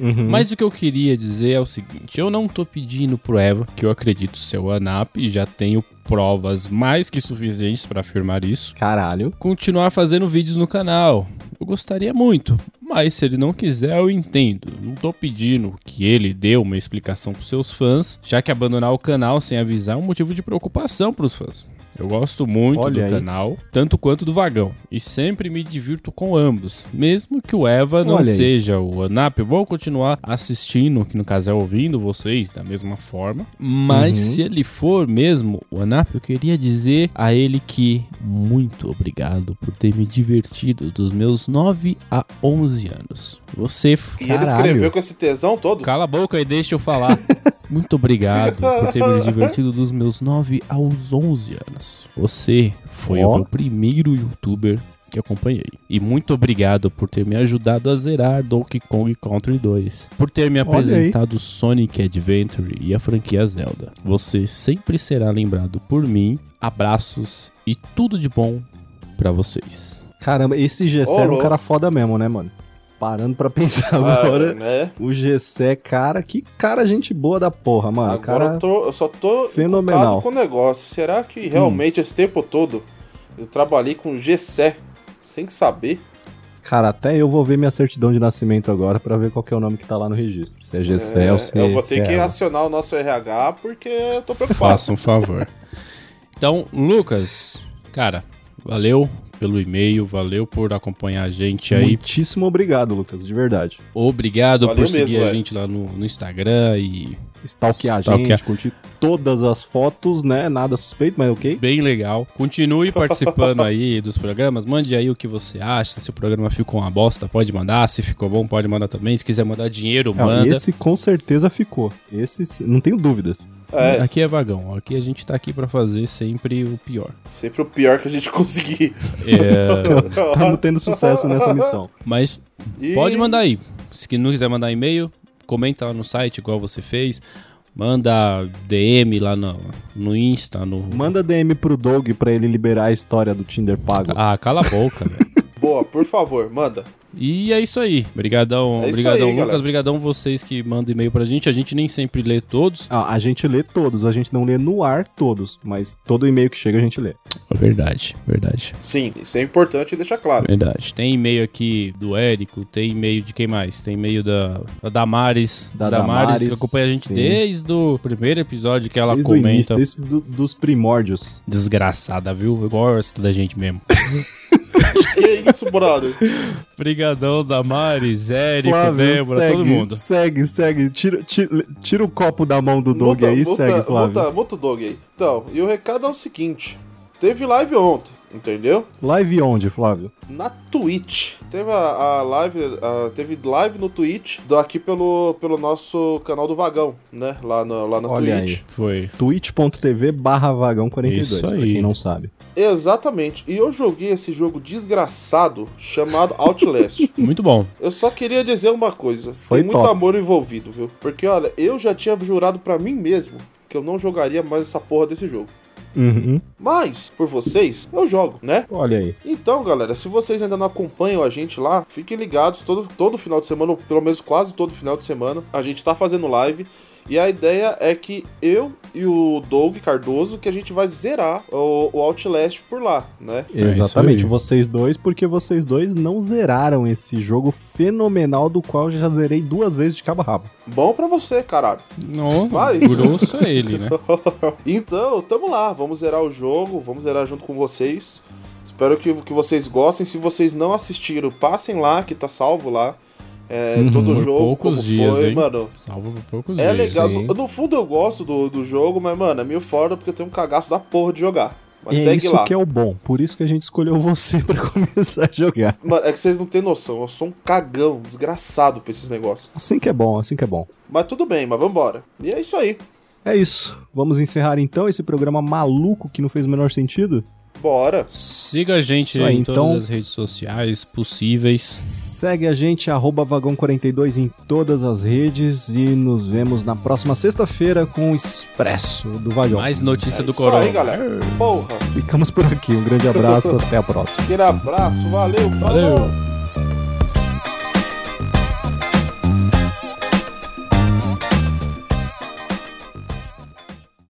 Uhum.
Mas o que eu queria dizer é o seguinte: eu não tô pedindo pro Eva, que eu acredito ser o Anap, e já tenho provas mais que suficientes para afirmar isso.
Caralho.
continuar fazendo vídeos no canal. Eu gostaria muito, mas se ele não quiser, eu entendo. Não tô pedindo que ele dê uma explicação pros seus fãs, já que abandonar o canal sem avisar é um motivo de preocupação pros fãs. Eu gosto muito do
Olha aí.
canal, tanto quanto do vagão, e sempre me divirto com ambos. Mesmo que o Eva não
Olha aí.
seja o Anap, eu vou continuar assistindo, que no caso é ouvindo vocês da mesma forma. Mas
Uhum.
se ele for mesmo o Anap, eu queria dizer a ele que muito obrigado por ter me divertido dos meus 9 a 11 anos. Você. f-
E ele
Caralho.
escreveu com esse tesão todo?
Cala a boca e deixa eu falar. Muito obrigado por ter me divertido dos meus 9 aos 11 anos. Você foi
Ó.
o meu primeiro youtuber que acompanhei. E muito obrigado por ter me ajudado a zerar Donkey Kong Country 2. Por ter me
Olha aí.
apresentado Sonic Adventure e a franquia Zelda. Você sempre será lembrado por mim. Abraços e tudo de bom pra vocês.
Caramba, esse Gessé
Ô,
era um
louco.
cara foda mesmo, né, mano? Parando pra pensar
Ah,
agora,
né?
o Gessé, cara, que cara gente boa da porra, mano.
Agora
Ah, cara,
eu, tô- eu só tô
fenomenal.
encucado com o negócio. Será que realmente esse tempo todo eu trabalhei com Gessé sem saber?
cara, até eu vou ver minha certidão de nascimento agora pra ver qual que é o nome que tá lá no registro. Se é Gessé ou se
eu vou
se
ter
é
que
ela.
acionar o nosso RH porque eu tô preocupado.
Faça um favor. Então, Lucas, cara, valeu pelo e-mail, valeu por acompanhar a gente aí.
Muitíssimo obrigado, Lucas, de verdade.
Obrigado
Valeu
por seguir
mesmo,
a
velho.
gente lá no, no Instagram e
stalkear a
Stalkear.
gente, curtir todas as fotos, né? Nada suspeito, mas ok.
Bem legal. Continue participando aí dos programas. Mande aí o que você acha. Se o programa ficou uma bosta, pode mandar. Se ficou bom, pode mandar também. Se quiser mandar dinheiro,
Não,
manda.
Esse com certeza ficou. Esse, não tenho dúvidas.
É,
Aqui é vagão. Aqui a gente tá aqui pra fazer sempre o pior.
sempre o pior que a gente conseguir.
É,
Estamos tendo sucesso nessa missão.
mas
E-
pode mandar aí. Se que não quiser mandar e-mail, comenta lá no site igual você fez. Manda DM lá no, no Insta, no.
Manda DM pro Doug pra ele liberar a história do Tinder pago.
Ah, cala a boca, velho.
Boa, por favor, manda.
E é isso aí. Obrigadão,
É isso
obrigadão,
aí,
Lucas.
galera.
Obrigadão vocês que mandam e-mail pra gente. A gente nem sempre lê todos.
Ah, a gente lê todos, a gente não lê no ar todos, mas todo e-mail que chega a gente lê.
Ah, Verdade, verdade,
Sim, isso é importante deixar claro.
verdade. Tem e-mail aqui do Érico, tem e-mail de quem mais? Tem e-mail da, da Damares.
Da Damares,
que acompanha a gente
sim.
desde o primeiro episódio que ela
Desde o
comenta.
início, desde do- dos primórdios.
Desgraçada, viu? Eu gosto da gente mesmo.
Que é isso, brother?
Obrigadão, Damares, Érico,
Flávio,
Débora,
segue,
todo mundo.
Segue, segue. Tira, tira, tira o copo da mão do Doug
Muta-
aí e
muta-
segue, Flávio.
Muta, muta o dog aí. Então, e o recado é o seguinte: teve live ontem, entendeu?
Live onde, Flávio?
Na Twitch. Teve a, a live. a- teve live no Twitch daqui pelo, pelo nosso canal do Vagão, né? Lá, no, lá na
Olha
Twitch.
aí.
Foi.
twitch.tv barra vagão 42,
Isso
pra
aí.
quem não sabe.
Exatamente. E eu joguei esse jogo desgraçado chamado Outlast.
Muito bom.
Eu só queria dizer uma coisa.
Foi
Tem muito
top.
amor envolvido, viu? Porque, olha, eu já tinha jurado pra mim mesmo que eu não jogaria mais essa porra desse jogo.
Uhum.
Mas, por vocês, eu jogo, né?
Olha aí.
Então, galera, se vocês ainda não acompanham a gente lá, fiquem ligados todo, todo final de semana, ou pelo menos quase todo final de semana, a gente tá fazendo live. E a ideia é que eu e o Doug Cardoso, que a gente vai zerar o, o Outlast por lá, né?
É isso
Exatamente,
aí.
vocês dois, porque vocês dois não zeraram esse jogo fenomenal do qual eu já zerei duas vezes de cabo a rabo.
Bom pra você, caralho.
Não,
Mas-
grosso é ele, né?
então, tamo lá, vamos zerar o jogo, vamos zerar junto com vocês. Espero que, que vocês gostem. Se vocês não assistiram, passem lá, que tá salvo lá. É,
Uhum,
todo
por
jogo,
poucos
como
dias,
foi,
hein?
mano.
Salvo por poucos
É
dias.
legal.
sim.
No, no fundo eu gosto do, do jogo, mas, mano, é meio fora porque eu tenho um cagaço da porra de jogar. Mas
e é
segue
isso
lá.
que é o bom, por isso que a gente escolheu você pra começar a jogar.
Mano, é que vocês não têm noção, eu sou um cagão, desgraçado pra esses negócios.
Assim que é bom, assim que é bom.
Mas tudo bem, mas vambora. E é isso aí.
É isso, vamos encerrar então esse programa maluco que não fez o menor sentido?
Bora.
Siga a gente
Isso aí,
em
então.
todas as redes sociais possíveis.
Segue a gente, arroba vagão42 em todas as redes e nos vemos na próxima sexta-feira com o Expresso do Vagão.
Mais notícia
É
do
Isso aí,
Corona.
galera. Porra.
Ficamos por aqui, um grande abraço, até a próxima.
Aquele abraço, valeu, falou.
Valeu.